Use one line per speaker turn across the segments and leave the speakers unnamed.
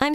I'm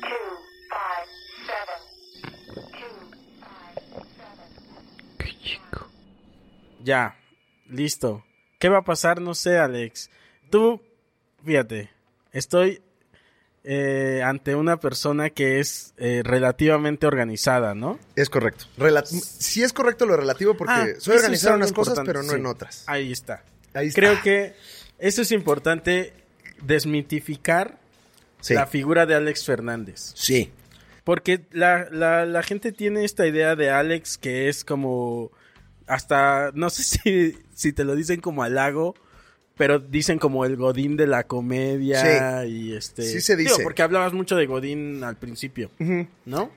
two, five, seven, two, five, seven.
Ya, listo. ¿Qué va a pasar? No sé, Alex. Tú, fíjate, estoy eh, ante una persona que es eh, relativamente organizada, ¿no?
Es correcto. Rela- sí es correcto lo relativo porque
Ah, eso
soy
es
organizar
algo
en unas cosas,
importante,
pero no
sí. Ah,
en otras.
Ahí está.
Ahí está.
Creo que eso es importante desmitificar
Sí.
la figura de Alex Fernández.
Sí.
Porque la, la- la gente tiene esta idea de Alex que es como hasta, no sé si, si te lo dicen como halago, pero dicen como el Godín de la comedia y este...
Sí se
Digo,
dice.
porque hablabas mucho de Godín al principio, ¿no?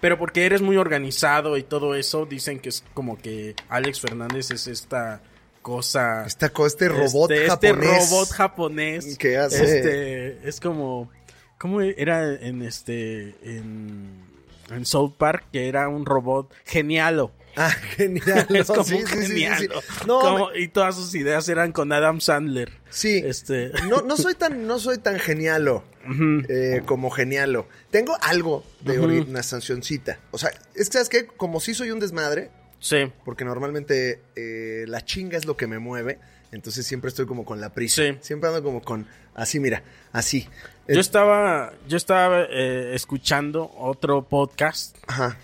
Pero porque eres muy organizado y todo eso, dicen que es como que Alex Fernández es esta cosa...
Esta co- este robot
Este- este
japonés.
robot japonés.
que hace-
Este, es como. ¿Cómo era en este. En, en South Park? Que era un robot genialo.
Ah, genial.
Es como
Sí,
un
sí, sí, sí, sí.
genialo.
No,
Como-
me-
Y todas sus ideas eran con Adam Sandler.
sí.
Este.
No, no soy tan, no soy tan genialo eh, como genialo. Tengo algo de ori- una sancioncita. O sea, es que sabes que como sí soy un desmadre,
Sí.
porque normalmente eh, la chinga es lo que me mueve. Entonces siempre estoy como con la prisa.
Sí.
Siempre ando como con así, mira, así. Eh,
Yo estaba, yo estaba eh, escuchando otro podcast
Ajá.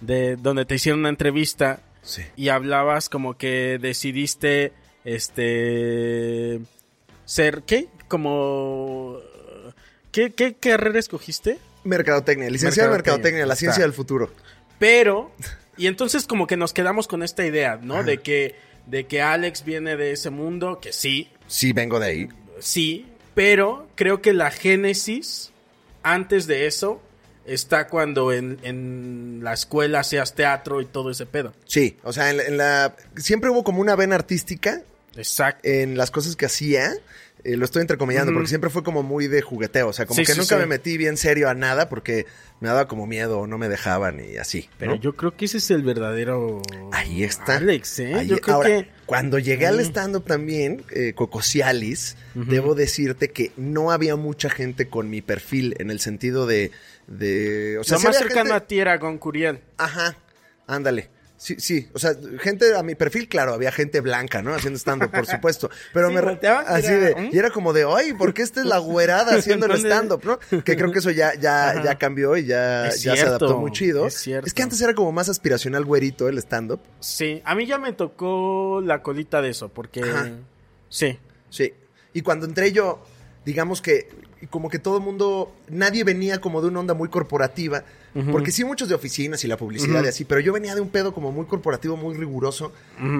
de donde te hicieron una entrevista
Sí.
y hablabas como que decidiste este ser qué como qué, qué carrera escogiste
Mercadotecnia, licenciado en
Mercadotecnia,
mercadotecnia, la ciencia
está.
del futuro.
pero y entonces como que nos quedamos con esta idea no de que de que Alex viene de ese mundo que sí
Sí, vengo de ahí.
sí pero creo que la génesis antes de eso está cuando en, en la escuela hacías teatro y todo ese pedo
Sí, o sea, en la, en la- siempre hubo como una vena artística
exacto
en las cosas que hacía. Eh, lo estoy entrecomillando porque siempre fue como muy de jugueteo. O sea, como
Sí,
que
sí,
nunca
sí.
me metí bien serio a nada porque me daba como miedo o no me dejaban y así.
Pero
¿no?
yo creo que ese es el verdadero.
Ahí está.
Alex, ¿eh?
Ahí-
yo creo
ahora,
que.
cuando llegué al stand-up también, eh, Cocosialis, debo decirte que no había mucha gente con mi perfil en el sentido de. de o sea,
lo
sí
más
había
cercano
gente-
a ti era Gon Curiel.
Ajá, ándale. Sí, sí, o sea, gente a mi perfil, claro, había gente blanca, ¿no? Haciendo stand-up, por supuesto. Pero
Sí,
me
volteabas y
así
era,
de,
¿eh?
y era como de, ay, ¿por qué esta es la güerada haciendo el
¿Dónde?
stand-up, no? Que creo que eso ya, ya, ya cambió y ya,
Es
ya se adaptó
cierto,
muy chido.
es cierto.
que antes era como más aspiracional güerito el stand-up.
Sí, a mí ya me tocó la colita de eso, porque.
Ajá. ¿Eh?
Sí.
Sí. Y cuando entré yo, digamos que como que todo el mundo, nadie venía como de una onda muy corporativa, porque sí muchos de oficinas y la publicidad y así, pero yo venía de un pedo como muy corporativo, muy riguroso,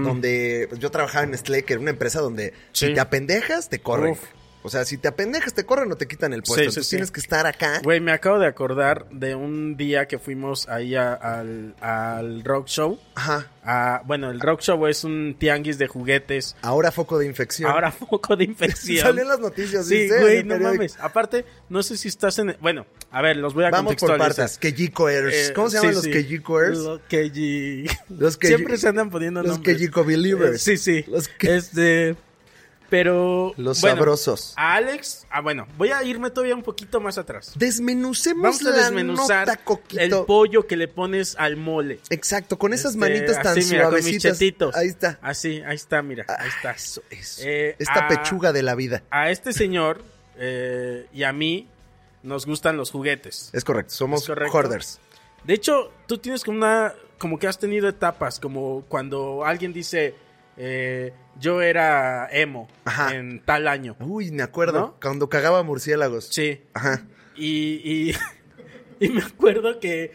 donde pues, yo trabajaba en Nestlé, que era una empresa donde
Sí.
si te apendejas, te corren.
Uf.
O sea, si te apendejas, te corren o te quitan el puesto.
Sí, sí,
Entonces
sí.
tienes que estar acá.
Güey, me acabo de acordar de un día que fuimos ahí a- al, al rock show.
Ajá.
A- bueno, el rock show es un tianguis de juguetes.
Ahora foco de infección.
Ahora foco de infección.
Salió en las noticias,
Sí,
¿viste? En
güey,
el
no
periódico.
mames. Aparte, no sé si estás en. Bueno, a ver, los voy a
Vamos por
contextualizar.
partes. KG Coers.
Eh,
Pues, ¿Cómo se
sí,
llaman
sí.
los KG Coers?
Los KG.
Los KG
Siempre se andan poniendo
Los
nombres.
KG Believers.
Eh, sí, sí.
Los que-
Este. Pero.
Los
bueno,
sabrosos.
A Alex. Ah, bueno, voy a irme todavía un poquito más atrás.
Desmenucemos
Vamos a
la
desmenuzar
nota, Coquito.
el pollo que le pones al mole.
Exacto, con esas
Este,
manitas tan
así, mira, con mis
suavecitas.
chetitos.
Ahí está.
Así, ahí está, mira. Ahí está.
Ah, Eso, eso.
Eh,
Esta
ah,
pechuga de la vida.
A este señor eh, y a mí nos gustan los juguetes.
Es correcto, somos
Es correcto.
hoarders.
De hecho, tú tienes como una. Como que has tenido etapas, como cuando alguien dice. eh, yo era emo
Ajá. Uh.
en tal año.
Uy, me acuerdo,
¿No?
cuando cagaba murciélagos.
Sí.
Ajá.
Y, y, y me acuerdo que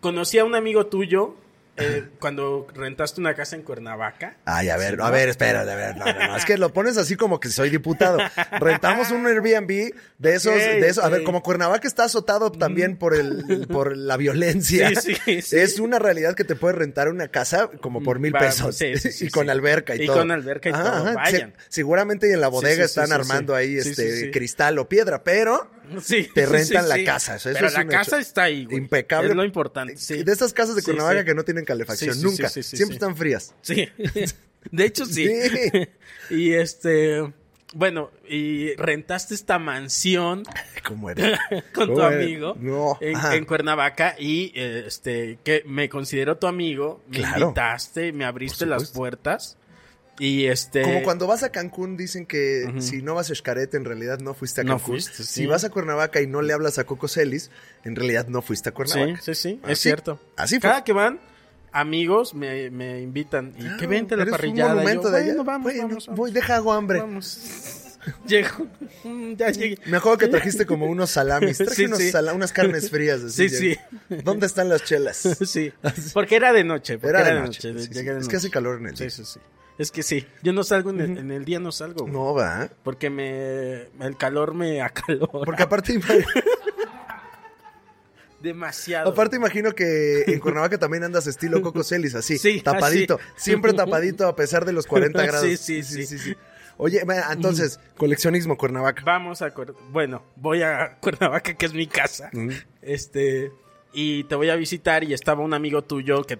conocí a un amigo tuyo eh, cuando rentaste una casa en Cuernavaca.
Ay, a ver, a ver, espera, a ver, no, no, no, es que lo pones así como que soy diputado. Rentamos un Airbnb de esos, de esos, a ver,
sí.
como Cuernavaca está azotado también por el, por la violencia.
Mm. Sí, sí, sí.
Es una realidad que te puedes rentar una casa como por mil
Va,
pesos.
sí, sí, sí,
y con
sí.
alberca y,
Y
todo.
con alberca y todo,
Se-
vayan.
seguramente en la bodega
Sí, sí, sí,
están
sí,
armando
sí.
ahí
Sí,
este
sí, sí.
cristal o piedra, pero
Sí,
te
sí,
rentan
sí,
la
sí.
casa. Eso
Pero
es
la
un
casa
hecho.
está ahí, güey.
Impecable.
Es lo importante. sí.
eh, De esas casas de
Sí,
Cuernavaca
sí.
que no tienen calefacción,
Sí, sí,
nunca.
sí, sí, sí,
Siempre
sí.
están frías.
Sí. De hecho, sí.
Sí.
y este. Bueno, y rentaste esta mansión
¿Cómo eres?
con tu
¿Cómo eres?
amigo
No,
en,
ajá.
en Cuernavaca y eh, este que me considero tu amigo, me
Claro.
invitaste, me abriste
Por
las
supuesto.
puertas y este
Como cuando vas a Cancún dicen que si no vas a Xcaret en realidad no fuiste a
No
Cancún.
fuiste, sí.
Si vas a Cuernavaca y no le hablas a Coco Celis, en realidad no fuiste a
Sí,
Cuernavaca.
sí, sí, es
Así-
cierto.
Así fue.
Cada que van amigos me, me invitan y
Claro,
que vente a la
Ah, eres un
parrillada.
monumento
Yo,
de
bueno,
allá.
vamos,
Bueno,
vamos, vamos,
voy, deja hago hambre.
vamos. Llego. Mm, ya llegué.
Me acuerdo que trajiste como unos salamis, traje
Sí,
unos
sí.
sala- unas carnes frías. así,
Sí,
Jerry. ¿Dónde están las chelas?
Sí, porque era de noche. Porque
Era de noche, sí, sí.
llegué de
Es que
noche.
hace calor en el
Sí,
día.
sí, sí. Es que sí. Yo no salgo en el, en el día, no salgo. güey.
No va.
Porque me el calor me acalora
Porque aparte, ima-
demasiado.
aparte imagino que en Cuernavaca también andas estilo Coco Celis, así,
Sí,
tapadito,
así.
siempre tapadito a pesar de los 40
Sí,
grados.
sí, Mm. sí.
Oye, va, entonces, coleccionismo Cuernavaca.
vamos a Cuer- bueno, voy a Cuernavaca que es mi casa.
Mm.
Este y te voy a visitar y estaba un amigo tuyo que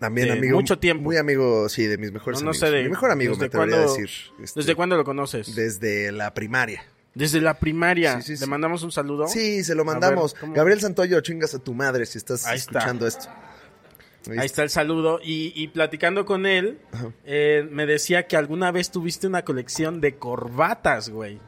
También
de
amigo.
mucho tiempo.
Muy amigo, sí, de mis mejores
no, no
amigos.
sé de
Mi mejor amigo, me atrevería a
cuándo-
decir. este,
¿Desde cuándo lo conoces?
Desde la primaria.
Desde la primaria.
Sí, sí, sí.
Le mandamos un saludo.
Sí, se lo
A ver,
mandamos.
¿cómo?
Gabriel Santoyo, chingas a tu madre si estás
Ahí está.
escuchando esto. este.
Ahí está el saludo. Y, y platicando con él, eh, me decía que alguna vez tuviste una colección de corbatas, güey.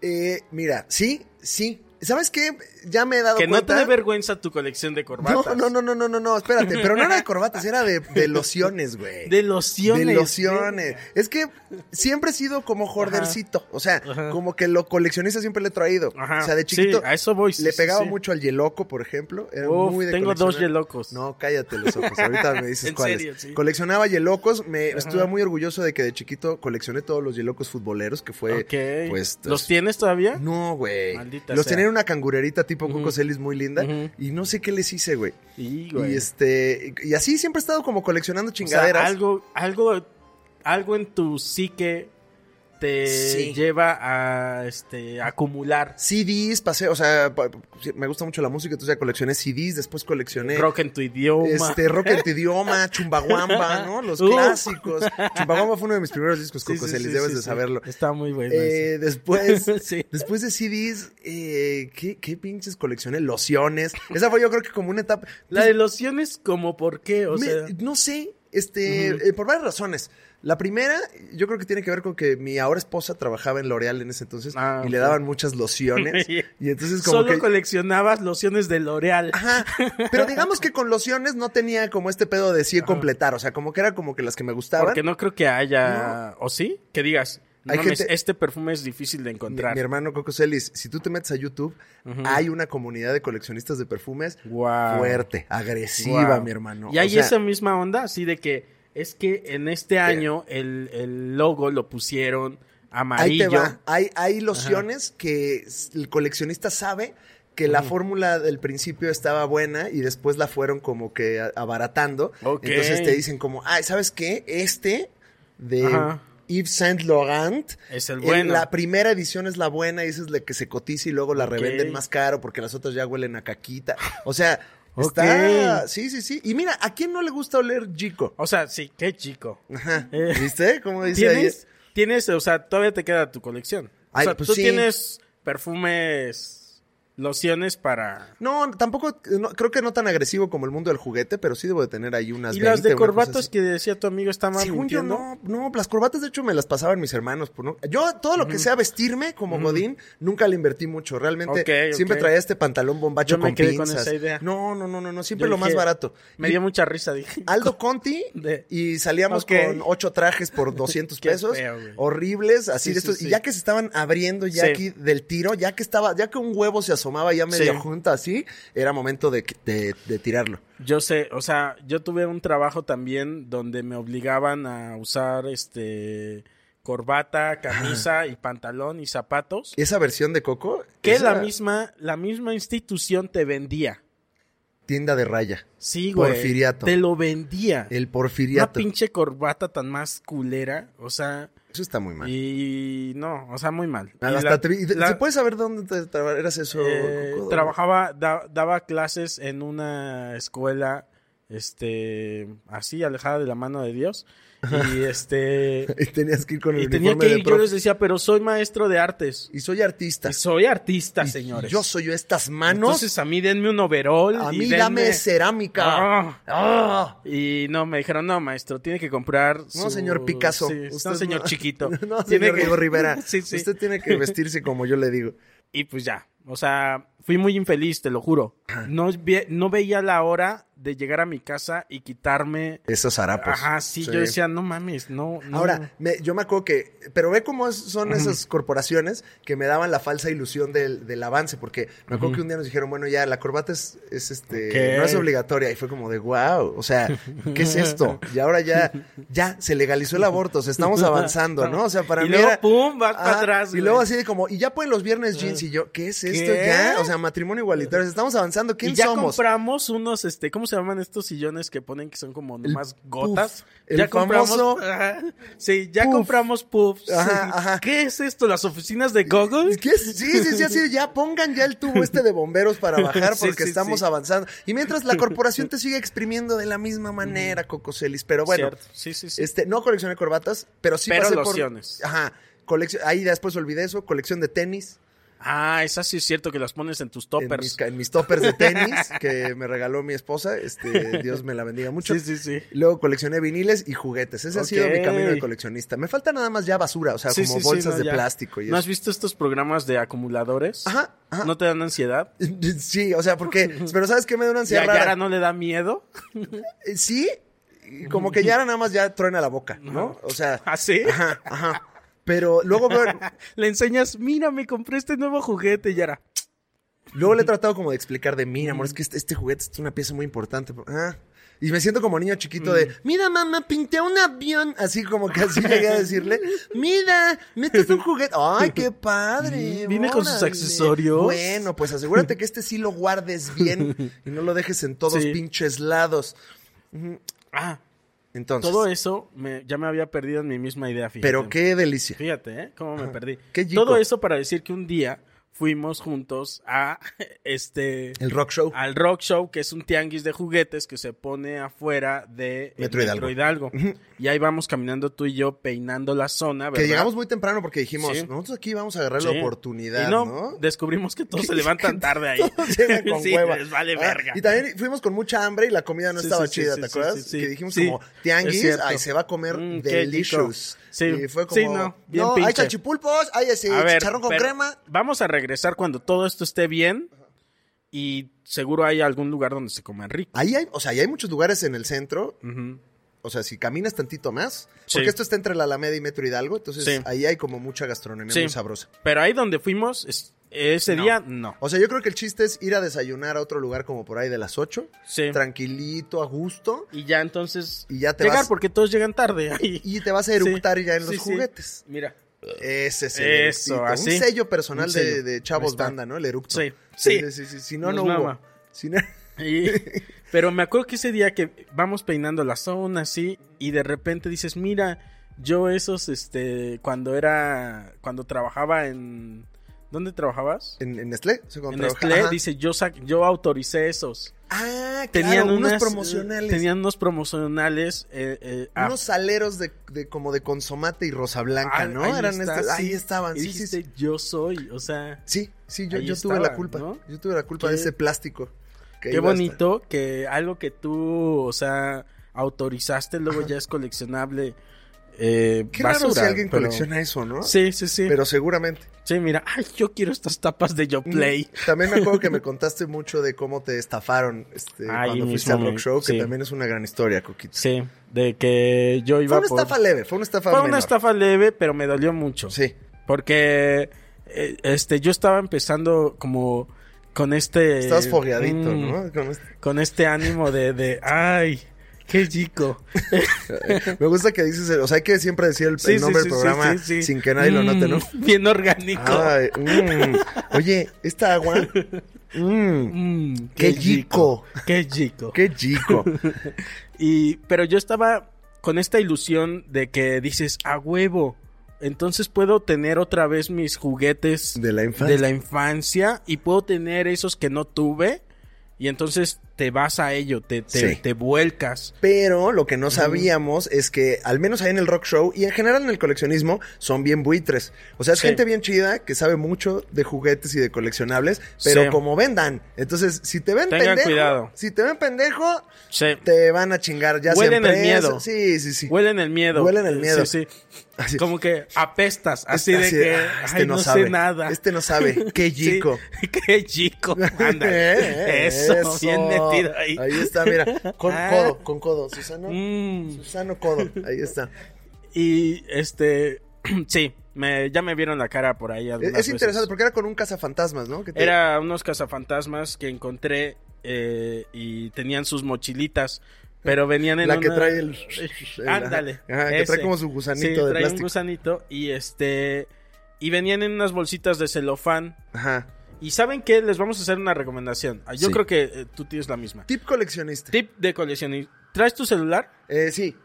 Eh, mira, sí, sí. ¿Sabes qué? Ya me he dado
Que no te
cuenta.
dé vergüenza tu colección de corbatas.
no, no, no, no, no, no, no, espérate. Pero no era de corbatas, era de, de lociones, güey.
De lociones.
De lociones. Es que siempre he sido como jordercito. O sea, como que lo coleccionista siempre le he traído.
Ajá.
O sea, de
Sí,
chiquito.
a eso voy, sí,
le
sí,
pegaba
sí.
mucho al yeloco, por ejemplo. Era
Uf,
muy de
tengo dos
coleccionar.
yelocos.
No, cállate los ojos. Ahorita me dices
En
cuáles.
serio, sí.
Coleccionaba yelocos. Me estuve muy orgulloso de que de chiquito coleccioné todos los yelocos futboleros, que fue.
Ok.
Pues,
¿Los tienes todavía?
No, güey.
Maldita
Los
sea.
tenía en una cangurerita tipo Coco Celis muy linda.
Ujú.
Y no sé qué les hice, güey.
Sí,
Y
güey.
este. Y así siempre he estado como coleccionando
O sea,
chingaderas.
algo, algo, algo en tu psique te
Sí.
lleva a este, acumular
CDs, pasé, o sea, pa- me gusta mucho la música, entonces ya coleccioné CDs, después coleccioné
rock en tu idioma.
este, rock en tu idioma, Chumbawamba, ¿no? Los
Uh.
clásicos. Chumbawamba fue uno de mis primeros discos,
Sí,
Coco
sí,
Celis,
sí,
debes
sí,
de
sí.
saberlo.
Está muy bueno.
Eh, después,
Sí.
después de CDs, eh, ¿qué, qué pinches coleccioné? Lociones. Esa fue yo creo que como una etapa.
La de lociones, como por qué, o
Me-
sea.
no sé, este, eh, por varias razones. La primera, yo creo que tiene que ver con que mi ahora esposa trabajaba en L'Oreal en ese entonces
Ah,
y le
ok.
daban muchas lociones. y entonces como
Solo
que...
coleccionabas lociones de L'Oreal.
Ajá. Pero digamos que con lociones no tenía como este pedo de sí completar. O sea, como que era como que las que me gustaban.
Porque no creo que haya. ¿O sí? Que digas. No
Hay
mames,
gente-
Este perfume es difícil de
Mi,
encontrar.
mi hermano Coco Celis, si tú te metes a YouTube, hay una comunidad de coleccionistas de perfumes
Guau.
fuerte, agresiva,
Wow.
mi hermano.
Y
O
hay
sea,
esa misma onda, así de que es que en este año el, el logo lo pusieron
ahí
amarillo.
te va. Hay, hay lociones que s- el coleccionista sabe que la fórmula del principio estaba buena y después la fueron como que a- abaratando.
Ok.
Entonces te dicen como, ay, ¿sabes qué? Este de
Ajá.
Yves Saint Laurent
Es el
eh,
bueno.
La primera edición es la buena y esa es la que se cotiza y luego la
Ok.
revenden más caro porque las otras ya huelen a caquita. O sea, está.
Ok.
Sí, sí, sí. Y mira, ¿a quién no le gusta oler Chico?
O sea, sí, qué chico.
Ajá.
Oh. Eh,
¿Viste? Como dice ahí.
¿Tienes Tienes, o sea, todavía te queda tu colección.
Ay,
o sea,
pues
tú
sí.
tienes perfumes, lociones para...
No, tampoco, no, creo que no tan agresivo como el mundo del juguete, pero sí debo de tener ahí unas
Y las
20,
de
una cosa
corbatas
así.
que decía tu amigo está más
Según yo,
mintiendo.
no, no, las corbatas de hecho me las pasaban mis hermanos. pues, ¿no? Yo todo lo que sea vestirme como Godín, nunca le invertí mucho. Realmente
Ok, ok.
siempre traía este pantalón bombacho
Yo me
con
quedé con
pinzas.
esa idea.
No, no, no, no, no, siempre
Yo
lo más
dije-
barato.
Me
Y
dio mucha risa, dije.
Aldo Conti
De-
y salíamos
Ok.
con ocho trajes por 200
Qué
pesos,
feo, güey.
horribles, así
Sí,
de
sí,
estos.
sí.
Y ya que se estaban abriendo ya
Sí.
aquí del tiro, ya que estaba, ya que un huevo se asomaba ya medio
Sí.
junta así, era momento de, de- de tirarlo.
Yo sé, o sea, yo tuve un trabajo también donde me obligaban a usar este corbata, camisa y pantalón y zapatos.
Esa versión de Coco,
Que
esa
la misma, la misma institución te vendía.
tienda de raya,
Sí, güey.
Porfiriato.
Te lo vendía.
el
Una
porfiriato.
pinche corbata tan más culera. O sea,
Eso está muy mal.
y no, o sea, muy mal.
Ah,
Y
hasta
la-
te vi-
la-
¿Se puede saber dónde te tra- eras eso?
eh,
Coco?
trabajaba, da- daba clases en una escuela, este, así, alejada de la mano de Dios. Y este...
Y tenías que ir con el
Y tenía
uniforme
que
de
ir, yo
profe.
les decía, pero soy maestro de artes.
Y soy artista.
Y soy artista,
Y-
señores.
y Yo soy yo estas manos.
Entonces a mí denme un overall.
a
y
mí
denme-
dame cerámica.
Ah.
Ah.
Y no, me dijeron, no, maestro, tiene que comprar.
No,
su-
señor Picasso.
Sí,
Usted
no, señor chiquito.
No,
Tiene
señor
que-
Diego Rivera.
sí, sí.
Usted tiene que vestirse como yo le digo.
Y pues ya. O sea, fui muy infeliz, te lo juro. No, vi- no veía la hora de llegar a mi casa y quitarme.
Esos harapos.
Ajá, sí, yo decía, no mames, no. no".
Ah, pues, Ahora, me- yo me acuerdo que, pero ve cómo es- son esas corporaciones que me daban la falsa ilusión del, del avance, porque me acuerdo que un día nos dijeron, bueno, ya la corbata es, es, este,
Ok.
no es obligatoria, y fue como de, wow, o sea, ¿qué es esto? Y ahora ya, ya se legalizó el aborto, o sea, estamos avanzando, ¿no? O sea, para
Y
mí
luego,
era-
pum, vas para
Ajá,
atrás,
Y
güey.
luego así de como, y ya pueden los viernes jeans, y yo, ¿qué es esto
¿Qué?
ya? O sea, matrimonio igualitario, estamos avanzando, ¿quién
y ya
somos?
compramos unos, este, ¿cómo se llaman estos sillones que ponen que son como nomás gotas?
puff, el
ya compramos,
famoso
ajá, sí, ya
puff.
compramos puffs.
Ajá,
sí.
ajá.
¿Qué es esto? ¿Las oficinas de Google?
¿Qué es? Sí, sí, sí, así de, ya pongan ya el tubo este de bomberos para bajar
Sí,
porque
sí,
estamos
sí.
avanzando. Y mientras la corporación te sigue exprimiendo de la misma manera, Cocoselis. Pero bueno,
Cierto. Sí, sí, sí.
este, no coleccioné corbatas, pero sí
Pero
pasé por-
lociones.
Ajá. Colección, ahí después olvidé eso, colección de tenis,
Ah, esa sí es cierto que las pones en tus
en mis,
toppers.
ca- en mis toppers de tenis que me regaló mi esposa, este, Dios me la bendiga mucho.
Sí, sí, sí.
Luego coleccioné viniles y juguetes. Ese
Ok.
ha sido mi camino de coleccionista. Me falta nada más ya basura, o sea,
Sí,
como
sí, sí,
bolsas
no,
de
ya.
plástico y
¿No has
eso.
visto estos programas de acumuladores?
Ajá, ajá.
¿No te dan ansiedad?
Sí, o sea, porque, pero ¿sabes qué me da
¿Y
una
a
ansiedad rara?
Yara no le da miedo?
Eh, Sí, y como que ya nada más ya truena la boca, ¿no? O sea.
¿Ah, sí?
Ajá, ajá. Pero luego veo,
Le enseñas, mira, me compré este nuevo juguete, Yara.
luego le he tratado como de explicar de, mira, amor, es que este, este juguete es una pieza muy importante. pero, ah. Y me siento como niño chiquito
Mm.
de, mira, mamá, pinté un avión. Así como que así llegué a decirle, mira, metes un juguete. Ay, qué padre.
Mm, viene con sus accesorios.
Bueno, pues asegúrate que este sí lo guardes bien y no lo dejes en todos
Sí.
pinches lados.
Ah,
Entonces,
Todo eso me- ya me había perdido en mi misma idea, fíjate.
pero qué delicia.
Fíjate, ¿eh? Cómo me perdí.
Qué chico.
Todo eso para decir que un día fuimos juntos a este...
El rock show.
Al Rock Show, que es un tianguis de juguetes que se pone afuera de eh,
Metro Hidalgo.
Y ahí vamos caminando tú y yo peinando la zona, ¿verdad?
Que llegamos muy temprano porque dijimos,
Sí.
nosotros aquí vamos a agarrar
Sí.
la oportunidad,
Y
¿no?
no, descubrimos que todos se levantan tarde ahí.
Todos llegan con
sí,
hueva.
les vale
Ah,
verga.
Y también fuimos con mucha hambre y la comida no
Sí,
estaba
sí, sí,
chida,
sí,
¿te
sí,
acuerdas?
sí, sí.
Que dijimos
Sí,
como,
es
tianguis,
cierto.
ay, se va a comer
Mm, qué
delicious.
rico. Sí.
Y fue como,
Sí, no, bien
no, hay
pinche".
chachipulpos, hay ese
A ver,
chicharrón con
pero
crema.
Vamos a regresar cuando todo esto esté bien y seguro hay algún lugar donde se coma rico.
Ahí hay, o sea, ahí hay muchos lugares en el centro,
Ujú.
o sea, si caminas tantito más,
Sí.
porque esto está entre la Alameda y Metro Hidalgo, entonces
Sí.
ahí hay como mucha gastronomía
Sí.
muy sabrosa.
Pero ahí donde fuimos, es- ese día, no.
O sea, yo creo que el chiste es ir a desayunar a otro lugar como por ahí de las 8,
Sí.
tranquilito, a gusto,
Y ya entonces
Y ya te
llegar
vas.
porque todos llegan tarde. ahí.
y te vas a eructar
Sí,
ya en los
sí, sí.
juguetes.
Mira.
Ese es el
Eso,
eructito.
así.
Un sello personal
Un
De,
sello.
de
Ahí
chavos
está.
banda, ¿no? El eructo.
Sí. Sí.
sí, sí, sí. Si no,
Nos
no
mama.
hubo. Si no-
Y- pero me acuerdo que ese día que vamos peinando la zona así y de repente dices, mira, yo esos, este, cuando era, cuando trabajaba en... ¿Dónde trabajabas?
En, en Nestlé. se
En
contrabaja.
Nestlé
Ajá.
dice, yo, sa- yo autoricé esos.
Ah,
Tenían unas-
claro,
eh,
unos promocionales.
Tenían unos promocionales. eh, eh, a-
Unos aleros de, de- como de consomate y rosa blanca,
Ah,
¿no?
ahí
Eran
está,
estos-
sí.
ahí estaban.
Y
Sí, sí, sí.
dijiste, yo soy, o sea,
Sí, sí, yo,
Ahí
yo tuve la
estaban,
culpa.
¿no?
Yo tuve la culpa de
Qué-
ese plástico. que
qué
iba hasta-
bonito que algo que tú, o sea, autorizaste, luego ya es coleccionable. Eh,
Qué
basura,
raro si alguien
pero-
colecciona eso, ¿no?
Sí, sí, sí.
Pero seguramente.
Sí, mira, ay, yo quiero estas tapas de Yo Play.
También me acuerdo que me contaste mucho de cómo te estafaron este,
Ahí
cuando fuiste
mismo
al
me-
rock show, que
sí.
también es una gran historia, Coquito.
Sí, de que yo
Fue
iba
una
por-
estafa leve, fue una estafa
Fue una
menor.
estafa leve, pero me dolió mucho.
Sí.
Porque eh, este, yo estaba empezando como con este.
Estás fogueadito,
mm,
¿no? Con este-
Con este ánimo de, de ay, qué chico.
este, Me gusta que dices, el- o sea, hay que siempre decir el, el nombre del programa
sí, sí.
sin que nadie lo note, ¿no? Ah,
Mm, Bien orgánico.
Ay, mm. Oye, esta agua. mm,
Mm,
qué chico.
Qué chico.
qué chico.
Y, pero yo estaba con esta ilusión de que dices, a huevo, entonces puedo tener otra vez mis juguetes
De la infancia.
de la infancia y puedo tener esos que no tuve. Y entonces te vas a ello, te, te,
Sí.
te vuelcas.
Pero lo que no sabíamos es que, al menos ahí en el rock show y en general en el coleccionismo, son bien buitres. O sea, es
Sí.
gente bien chida que sabe mucho de juguetes y de coleccionables, pero
Sí.
como vendan. Entonces, si te ven
Tengan
pendejo,
cuidado.
si te ven pendejo,
Sí.
te van a chingar ya sea
Huelen el
empresa-
miedo.
Sí, sí, sí.
Huelen el miedo.
Huelen el miedo.
Sí, sí.
Así.
Como que apestas, así de
Así
que
"Ah,
ay, no,
sabe.
sé nada.
Este no sabe. Qué
Sí.
chico.
Qué chico. Anda.
Eh,
eso,
eso.
bien metido ahí.
Ahí está, mira. Con
Ah.
codo, con codo. Susano.
Mm.
Susano codo. Ahí está.
Y este, sí, me, ya me vieron la cara por ahí.
Es,
algunas
es interesante
veces.
porque era con un cazafantasmas, ¿no? Que te-
Era unos cazafantasmas que encontré eh, y tenían sus mochilitas, pero venían en
La que
una-
trae el- el-
Ándale.
ajá, que trae
ese.
como su gusanito
Sí,
de
trae un
plástico.
gusanito y este... Y venían en unas bolsitas de celofán.
Ajá.
Y ¿saben qué? Les vamos a hacer una recomendación. Ah, Yo
Sí.
creo que eh, tú tienes la misma.
Tip coleccionista.
este, Tip de coleccionista. ¿Traes tu celular?
Eh, sí.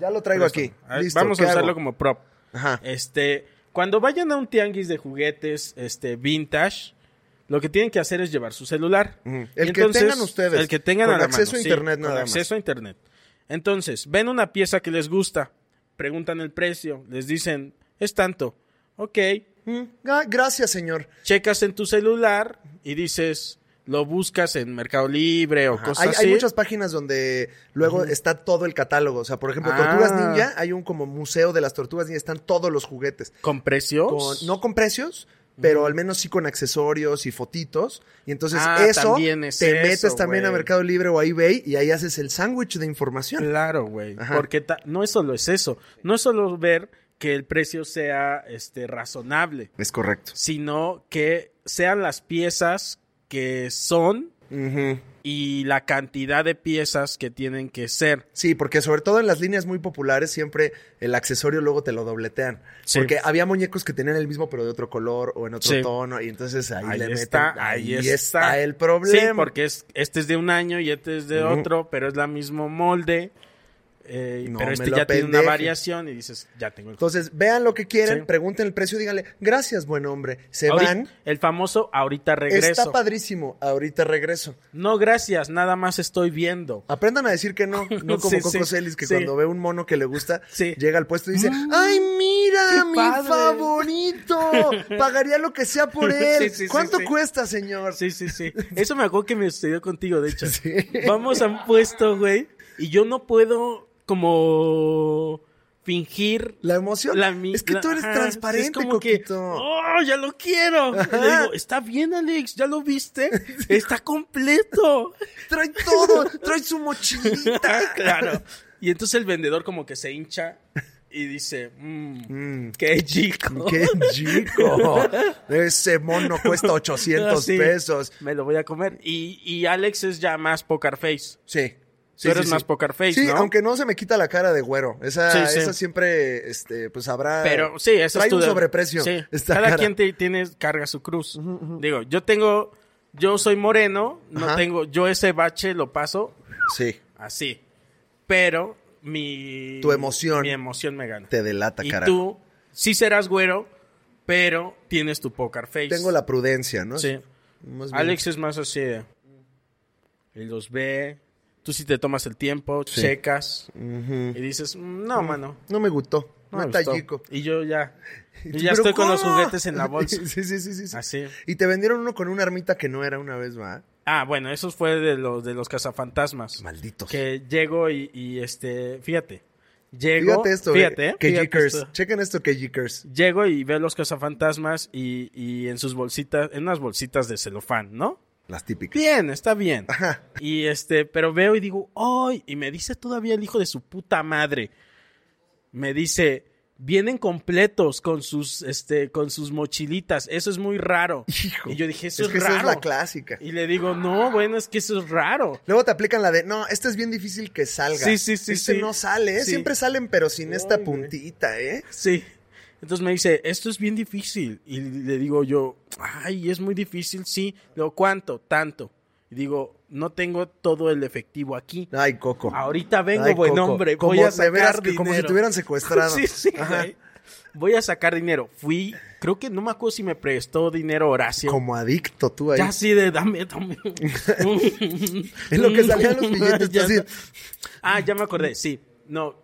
Ya lo traigo aquí.
A ver,
Listo.
Vamos a
¿qué hago?
usarlo como prop.
Ajá.
Este, cuando vayan a un tianguis de juguetes, este, vintage, lo que tienen que hacer es llevar su celular.
Ujú.
Y
El que tengan ustedes,
El que tengan
con
a la
acceso
mano,
a
sí,
internet
con
nada más.
acceso a internet. Entonces, ven una pieza que les gusta, preguntan el precio, les dicen, es tanto. Ok,
Mm, ah, gracias, señor.
checas en tu celular y dices, lo buscas en Mercado Libre o
Ajá.
cosas
Hay, hay
así.
muchas páginas donde luego está todo el catálogo. O sea, por ejemplo,
Ah.
Tortugas Ninja, hay un como museo de las Tortugas Ninja, están todos los juguetes.
con precios.
Con- no con precios, pero al menos sí con accesorios y fotitos. Y entonces
Ah,
eso
también es
te
eso,
metes también a
güey.
Mercado Libre o a eBay y ahí haces el sándwich de información.
Claro, güey.
Ajá.
Porque ta- no es solo es eso. No es solo ver que el precio sea este, razonable,
Es correcto.
sino que sean las piezas que son
Ujú.
y la cantidad de piezas que tienen que ser.
Sí, porque sobre todo en las líneas muy populares siempre el accesorio luego te lo dobletean.
Sí.
Porque había muñecos que tenían el mismo pero de otro color o en otro
Sí.
tono y entonces ahí,
Ahí,
le
está,
meten.
ahí,
ahí
está.
el problema.
Sí, porque es, este es de un año y este es de
Ujú.
otro, pero es la mismo molde. eh,
No
pero
me
este
lo
ya tiene una
apendejes.
variación y dices, ya tengo el...
Entonces vean lo que quieren,
Sí.
pregunten el precio, y díganle, gracias buen hombre, se
Ahorita-
van.
el famoso ahorita regreso.
Está padrísimo, ahorita regreso.
No, gracias, nada más estoy viendo.
Aprendan a decir que no, no como
Sí, sí,
Coco Celis, que
sí.
cuando ve un mono que le gusta,
Sí. Mm,
llega al puesto y dice, ¡ay, mira,
qué padre".
mi favorito! Pagaría lo que sea por él.
Sí, sí, sí,
¿Cuánto
sí.
cuesta, señor?
Sí, sí, sí. Eso me acuerdo que me sucedió contigo, de hecho.
Sí.
Vamos a un puesto, güey, y yo no puedo como fingir
La emoción.
la mi-
es que
la-
tú eres
ajá,
transparente,
es como que,
Coquito.
oh, ya lo quiero. Y le digo, está bien, Alex, ya lo viste, está completo. Ah,
Trae todo, trae su mochilita.
claro. Y entonces el vendedor como que se hincha y dice, mmm,
Mm.
qué chico.
¡Qué chico! Ese mono cuesta 800
Ah, Sí,
pesos.
Me lo voy a comer. Y, y Alex es ya más poker face.
Sí. Sí,
Tú eres
sí,
más
sí.
poker face,
Sí,
¿no?
aunque no se me quita la cara de güero. Esa,
Sí, sí.
esa siempre, este, pues habrá.
Pero sí, eso
trae
es tu
un
de-
sobreprecio.
Sí.
esta
Cada
cara.
quien te- tiene carga su cruz. Digo, yo tengo, yo soy moreno, no
Ajá.
tengo, yo ese bache lo paso
Sí,
así, pero mi
Tu emoción.
mi emoción me gana.
te delata,
y
cara.
tú sí serás güero, pero tienes tu poker face.
Tengo la prudencia, ¿no?
sí.
Más bien.
Alex es más así. de, él los ve. Tú sí te tomas el tiempo, checas y dices, "Mm, no, mano.
No me gustó.
no me
No está
gustó".
chico.
Y yo ya, yo
Y
ya
tú,
estoy
¿pero
con los
cómo?
juguetes en la bolsa.
sí, sí, sí, sí, sí.
Así.
Y te vendieron uno con una armita que no era una vez, ¿va?
Ah, bueno, eso fue de los de los cazafantasmas.
Malditos.
Que llego y, y, este, fíjate. Llego,
Fíjate esto,
fíjate,
eh, que
fíjate
Jikers.
esto.
Chequen esto, que Jikers.
Llego y veo los cazafantasmas y, y en sus bolsitas, en unas bolsitas de celofán, ¿no?
Las típicas.
Bien, está bien.
Ajá.
Y este, pero veo y digo, ¡ay! Y me dice todavía el hijo de su puta madre. Me dice, vienen completos con sus, este, con sus mochilitas. Eso es muy raro.
Hijo.
Y yo dije, eso es,
que
raro.
esa es la clásica.
Y le digo, no, bueno, es que eso es raro.
Luego te aplican la de, no, este es bien difícil que salga.
Sí, sí, sí,
Este
sí.
no sale, ¿eh?
Sí.
Siempre salen, pero sin esta
Ay, güey.
puntita, ¿eh?
Sí. Entonces me dice, esto es bien difícil. Y le digo yo, ay, es muy difícil, sí. Le digo, ¿cuánto? Tanto. Y digo, no tengo todo el efectivo aquí.
Ay, Coco.
Ahorita vengo,
Ay,
buen
Coco.
hombre.
Como
voy a
de
sacar
veras que-
dinero.
como si te hubieran secuestrado.
sí, sí,
Ajá.
güey. Voy a sacar dinero. Fui, creo que no me acuerdo si me prestó dinero Horacio.
Como adicto tú ahí.
Ya así de dame, dame.
Es lo que salían los billetes. tú
Ya
así,
no. Ah, ya me acordé, sí. No,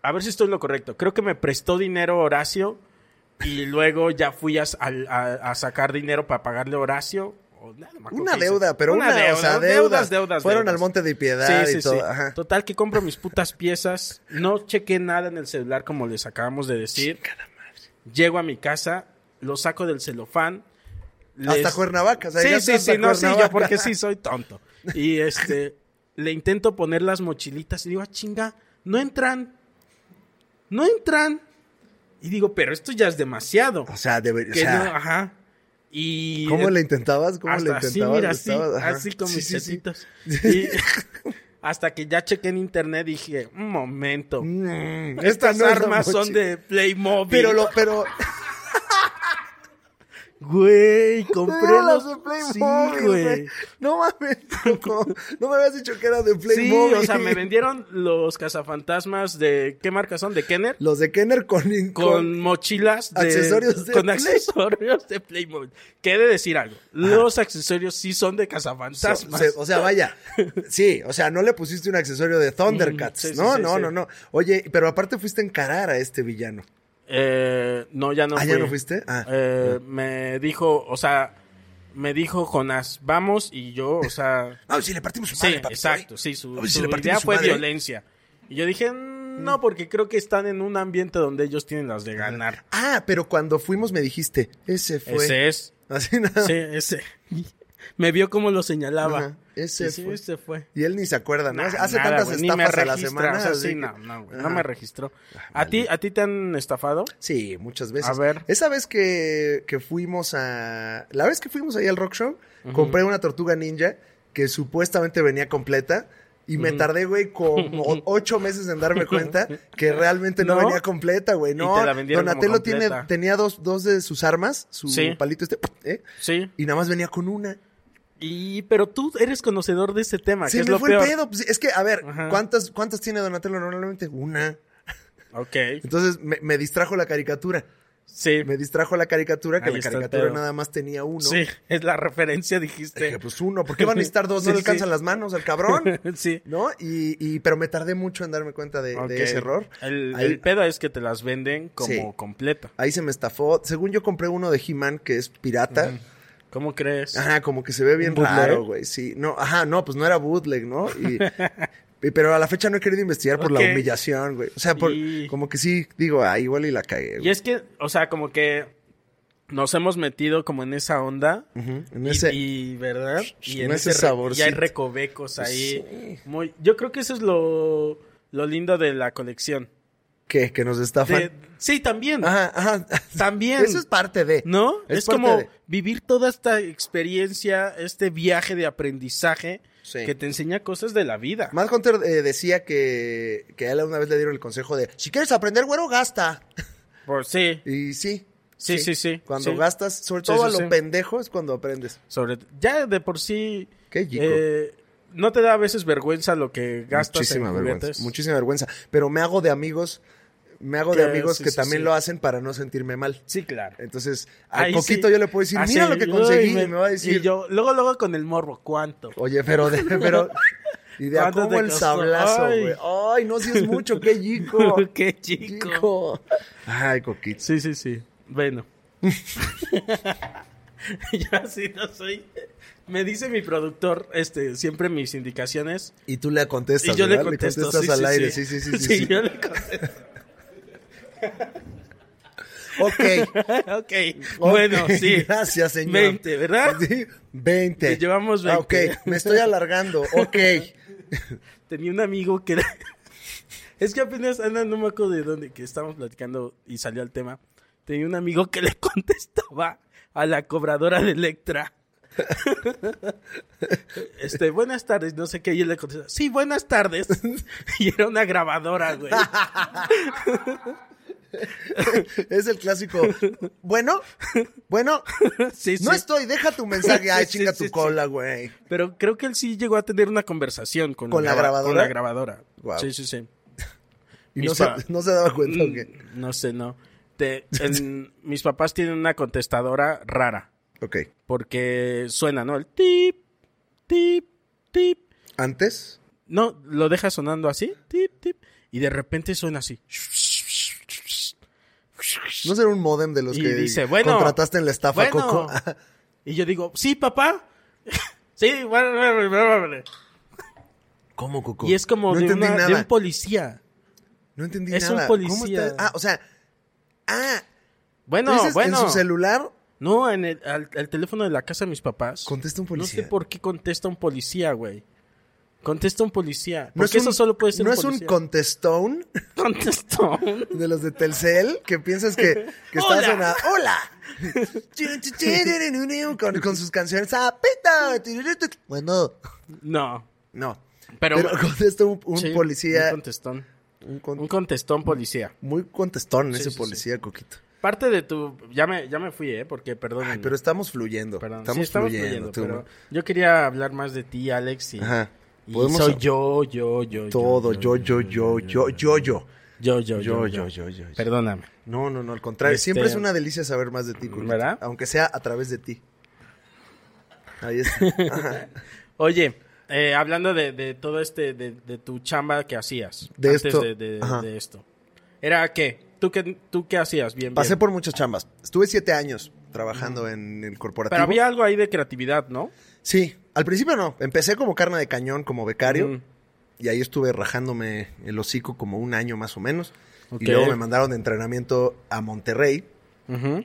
a ver si estoy en lo correcto. Creo que me prestó dinero Horacio y luego ya fui a, al- a- a sacar dinero para pagarle a Horacio. O nada, no me acuerdo
Una
qué hice.
deuda, pero una- o sea, deudas. Fueron al Monte de Piedad y todo, ajá.
Total que compro mis putas piezas. No chequé nada en el celular como les acabamos de decir. Llego a mi casa, lo saco del celofán.
Hasta Cuernavaca, o sea, ya
sí,
está
sí,
hasta
sí, no, sí, yo
Cuernavaca.
porque sí soy tonto. Y este, le intento poner las mochilitas y digo, ah, chinga, no entran. No entran. Y digo, pero esto ya es demasiado.
O sea, debería. O
que no,
sea,
ajá. Y
¿cómo le intentabas? ¿Cómo le
hasta
intentabas?
así, mira, así,
Estabas- ajá.
así con
Sí,
mis
sí, sí.
chetitos. hasta que ya chequé en internet dije, un momento.
Mm, esta
Estas
no es la
armas son
mochila.
de Playmobil.
Pero lo, pero.
Güey, compré
Compré las
los-
de
Sí,
Playmobil,
güey.
güey. No mames, Coco. No me habías dicho que era de
Sí,
Playmobil.
o sea, me vendieron los cazafantasmas de... ¿Qué marca son? ¿De Kenner?
Los de Kenner con.
Con mochilas de...
accesorios de
Con
Play.
accesorios de Playmobil. Que he de decir algo. Los accesorios sí son de cazafantasmas.
Se- o sea, vaya. Sí, o sea, no le pusiste un accesorio de Thundercats.
Mm, sí, sí,
no,
sí,
no,
sí.
no, no. Oye, pero aparte fuiste a encarar a este villano.
Eh, no, ya no
Ah,
fui.
¿ya no fuiste? Ah.
Eh, me dijo, o sea... Me dijo Jonás, vamos, y yo, o sea...
Ah, si le partimos su
Sí,
madre, papito,
exacto,
¿eh?
sí, su,
A ver si
su
le partimos
idea
su
fue
madre, ¿eh?
violencia. Y yo dije, "Mm, no, porque creo que están en un ambiente donde ellos tienen las de ganar.
Ah, pero cuando fuimos me dijiste, ese fue.
Ese es.
Así nada.
Sí, ese. Me vio como lo señalaba.
Ajá, ese
Y sí,
fue.
ese fue.
Y él ni se acuerda, ¿no?
Nah,
Hace
nada,
tantas
güey, ni me
estafas a la
registra,
semana.
o sea,
así
sí,
que-
no, no, güey, no
Ajá. Ah,
me registró. ¿A ti, ¿A ti te han estafado?
Sí, muchas veces.
A ver.
Esa vez que, que fuimos a. La vez que fuimos ahí al Rock Show, compré una tortuga ninja que supuestamente venía completa. Y me tardé, güey, como o- ocho meses en darme cuenta que realmente no,
¿No?
venía completa, güey.
Y
No,
te la vendieron como
Donatello tiene,
completa.
tenía dos, dos de sus armas, su
Sí.
palito este, ¿eh?
Sí.
y nada más venía con una.
Y, pero tú eres conocedor de ese tema,
Se
que Ah, es
me
lo
fue
peor.
el pedo. pues, es que, a ver,
Ajá.
¿cuántas, ¿cuántas tiene Donatello normalmente? Una.
Ok,
Entonces me, me distrajo la caricatura.
sí.
Me distrajo la caricatura, que
Ahí
la
está el
caricatura
pedo.
nada más tenía uno.
Sí, es la referencia,
Dije,
dijiste.
pues uno, ¿por qué van a necesitar dos? No
Sí,
le alcanzan
sí.
las manos al cabrón.
sí.
¿No? Y, y- pero me tardé mucho en darme cuenta de, de
Ok.
ese error.
El,
ahí,
el pedo es que te las venden como
Sí.
completa.
ahí se me estafó. Según yo compré uno de He-Man que es pirata.
¿Cómo crees?
Ajá, como que se ve bien
¿Un bootleg?
raro, güey. Sí, no, ajá, no, pues no era bootleg, ¿no? Y, y- pero a la fecha no he querido investigar por
Ok.
la humillación, güey. O sea, por,
Y-
como que sí, digo, ah, igual y la cagué.
Y es que, o sea, como que nos hemos metido como en esa onda.
güey. Ujú, en
Y-
ese-
y, ¿verdad? Y
en
en
ese
ese, sabor.
saborcito.
Y hay recovecos ahí. Muy, yo creo que eso es lo, lo lindo de la colección.
¿Qué? ¿Que nos estafan?
De- sí, también.
Ajá, ajá.
También.
Eso es parte de.
¿No? Es,
parte
como
de.
vivir toda esta experiencia, este viaje de aprendizaje
Sí.
que te enseña cosas de la vida.
Matt Hunter eh, decía que, que a él una vez le dieron el consejo de, si quieres aprender, güero, gasta.
Pues sí,
Y sí.
Sí, sí, sí,
Cuando
sí.
gastas, sobre
Sí,
todo
sí,
a lo
sí.
pendejo, es cuando aprendes.
sobre ya de por sí
Qué chico.
eh, no te da a veces vergüenza lo que gastas
Muchísima
en
vergüenza.
juguetes.
Muchísima vergüenza. Pero me hago de amigos me hago de
Claro,
amigos
sí,
que
sí,
también
sí.
lo hacen para no sentirme mal.
Sí, claro.
Entonces, al
Ahí
poquito
sí.
yo le puedo decir,
Así,
mira lo que
uy,
conseguí, y me va a decir,
y yo, luego, luego con el morro, ¿cuánto?
oye, pero, de- pero, y de a
¿Cuánto
cómo
te
el
costó?
sablazo,
Ay.
güey. Ay, no, si es mucho, qué chico.
Qué chico.
Ay, Coquito.
Sí, sí, sí. Bueno. yo así no soy. Me dice mi productor, este, siempre mis indicaciones.
Y tú le contestas,
Y yo le
¿verdad?
contesto.
contestas
sí,
al
sí,
aire, sí, sí, sí, sí. sí.
yo le contesto.
Ok.
ok. Bueno,
Ok,
sí.
Oh, Gracias, señor.
20, ¿verdad?
Sí, 20.
Que llevamos
Ah,
20.
ok, me estoy alargando. Ok.
Tenía un amigo que era- Es que apenas, Ana, no me acuerdo de dónde, que estábamos platicando y salió el tema. Tenía un amigo que le contestaba a la cobradora de Electra. Este, buenas tardes, no sé qué, y él le contestaba, sí, buenas tardes. Y era una grabadora, güey.
Es el clásico. Bueno, bueno.
Sí, sí.
No estoy, deja tu mensaje. Ay,
Sí,
chinga
sí,
tu
sí.
cola, güey.
Pero creo que él sí llegó a tener una conversación con,
¿Con la
grava-
grabadora?
Con la grabadora.
Guau.
Sí, sí, sí.
Y
Mis
no se,
pa-
no se daba cuenta
Mm,
que.
No sé, no. Te- en- mis papás tienen una contestadora rara.
Ok.
Porque suena, ¿no? El tip, tip, tip.
Antes,
No, lo deja sonando así, tip, tip. Y de repente suena así.
no será un modem de los
Y
que
dice, bueno,
contrataste en la estafa,
bueno.
Coco.
Y yo digo, sí, papá. sí, bueno, bueno, bueno, bueno.
¿Cómo, Coco?
Y es como
no
de,
entendí
una- de
nada.
un policía.
no entendí
es un
nada.
policía.
Ah, o sea. Ah, tú
Bueno,
dices,
bueno.
en su celular
no, en el al, al teléfono de la casa de mis papás.
contesta un policía.
No sé por qué contesta un policía, güey. Contesta un policía.
No
Porque
es
eso
un-
solo puede ser
No
un
es un
policía.
contestón.
contestó.
de los de Telcel que piensas que, que estás
Hola.
en la- ¡Hola! con, con sus canciones. ¡Zapeta! Bueno,
No.
no.
Pero,
Pero, contesta un, un
Sí,
policía.
Un contestón.
un con-
Un contestón policía.
muy contestón
Sí,
ese
sí, sí.
policía, Coquito.
Parte de tu. Ya me, ya me fui, ¿eh? Porque, perdón.
Ay, pero estamos fluyendo.
perdón.
Estamos,
Sí, estamos
fluyendo.
fluyendo,
tú.
pero yo quería hablar más de ti, Alex. Y,
Ajá.
y
Podemos
soy yo, yo, yo.
todo. Yo, yo, yo, yo, yo, yo.
Yo, yo, yo.
Yo, yo, yo, yo, yo.
Perdóname.
No, no, no, al contrario.
Este-
Siempre es una delicia saber más de ti, Coquito.
¿Verdad?
Aunque sea a través de ti. Ahí está.
Oye, eh, hablando de, de todo este, de, de tu chamba que hacías.
De
antes
esto,
De, de-
ajá.
de esto. ¿Era qué? ¿Tú qué, tú qué hacías? Bien,
Pasé
bien.
por muchas chambas. Estuve siete años trabajando en el corporativo.
Pero había algo ahí de creatividad, ¿no?
Sí, al principio no. Empecé como carne de cañón, como becario.
Mm.
Y ahí estuve rajándome el hocico como un año más o menos.
Ok.
Y luego me mandaron de entrenamiento a Monterrey.
Ujú.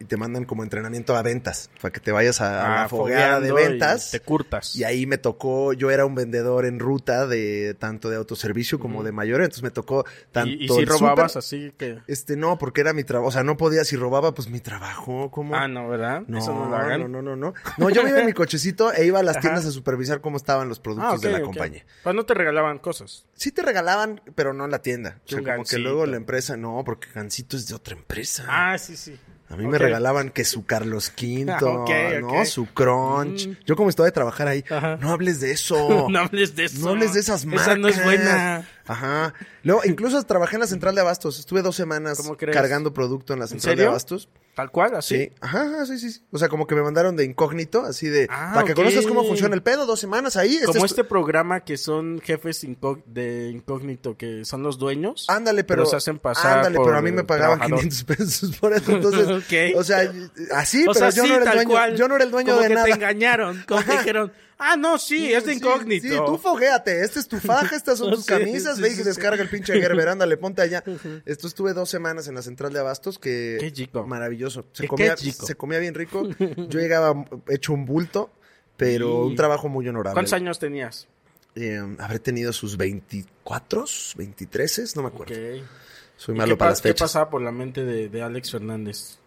Y te mandan como entrenamiento a ventas. Para que te vayas a, a
Ah,
la fogada de
fogueando y
ventas.
Te curtas.
Y ahí me tocó, yo era un vendedor en ruta de tanto de autoservicio como de mayor, entonces me tocó tanto
Y, y si
el súper-
robabas así que...
este no, porque era mi trabajo, o sea, no podía si robaba pues mi trabajo, como
Ah, no, ¿verdad?
No,
Eso no lo hagan.
no, no, no, no. No, yo me iba en mi cochecito e iba a las tiendas a supervisar cómo estaban los productos
Ah, ok,
de la
ok.
compañía.
Pues no te regalaban cosas.
Sí te regalaban, pero no en la tienda. O sea,
Un
como
gansito.
que luego la empresa, no, porque Gancito es de otra empresa.
Ah, sí, sí.
a mí me
ok.
regalaban que su Carlos V,
Ah, ok,
¿no?
ok. Mm.
Su Crunch. Yo como estaba de trabajar ahí,
Ajá.
no hables de eso.
No hables de eso.
No hables de esas marcas.
Esa no es buena.
Ajá. Luego, incluso trabajé en la central de abastos. Estuve dos semanas
¿Cómo crees?
cargando producto en la central de
serio?
abastos.
Tal cual,
Sí.
así.
Ajá, ajá, sí, sí, sí. O sea, como que me mandaron de incógnito, así de...
Ah,
para que
ok.
conozcas cómo funciona el pedo, dos semanas ahí. este
Como
es tu-
este programa que son jefes incó- de incógnito, que son los dueños.
Ándale, pero...
se hacen pasar
Ándale, pero a mí
por
me pagaban
trabajador.
500 pesos por eso. Entonces,
Ok.
o sea, así,
O
pero
sea,
yo,
sí,
no era el
tal
dueño,
cual.
yo no era el dueño
Como
de
que
nada.
te engañaron. Como que
Ajá.
dijeron, ah, no, sí, es de
Sí,
incógnito.
Sí, tú foguéate, esta es tu faja, estas son tus
Sí,
camisas,
sí,
ve
sí,
y
sí.
descarga el pinche Gerber, ándale, ponte allá. Esto estuve dos semanas en la central de abastos que...
Qué chico.
Maravilloso. Se
Qué-
comía,
qué chico.
se comía bien rico. Yo llegaba hecho un bulto, pero
Sí.
un trabajo muy honorable.
¿Cuántos años tenías?
Eh, habré tenido sus 24, 23, no me acuerdo.
Ok.
Soy
¿Y
malo
qué,
para
pa-
las
qué
fechas.
pasaba por la mente de, de Alex Fernández?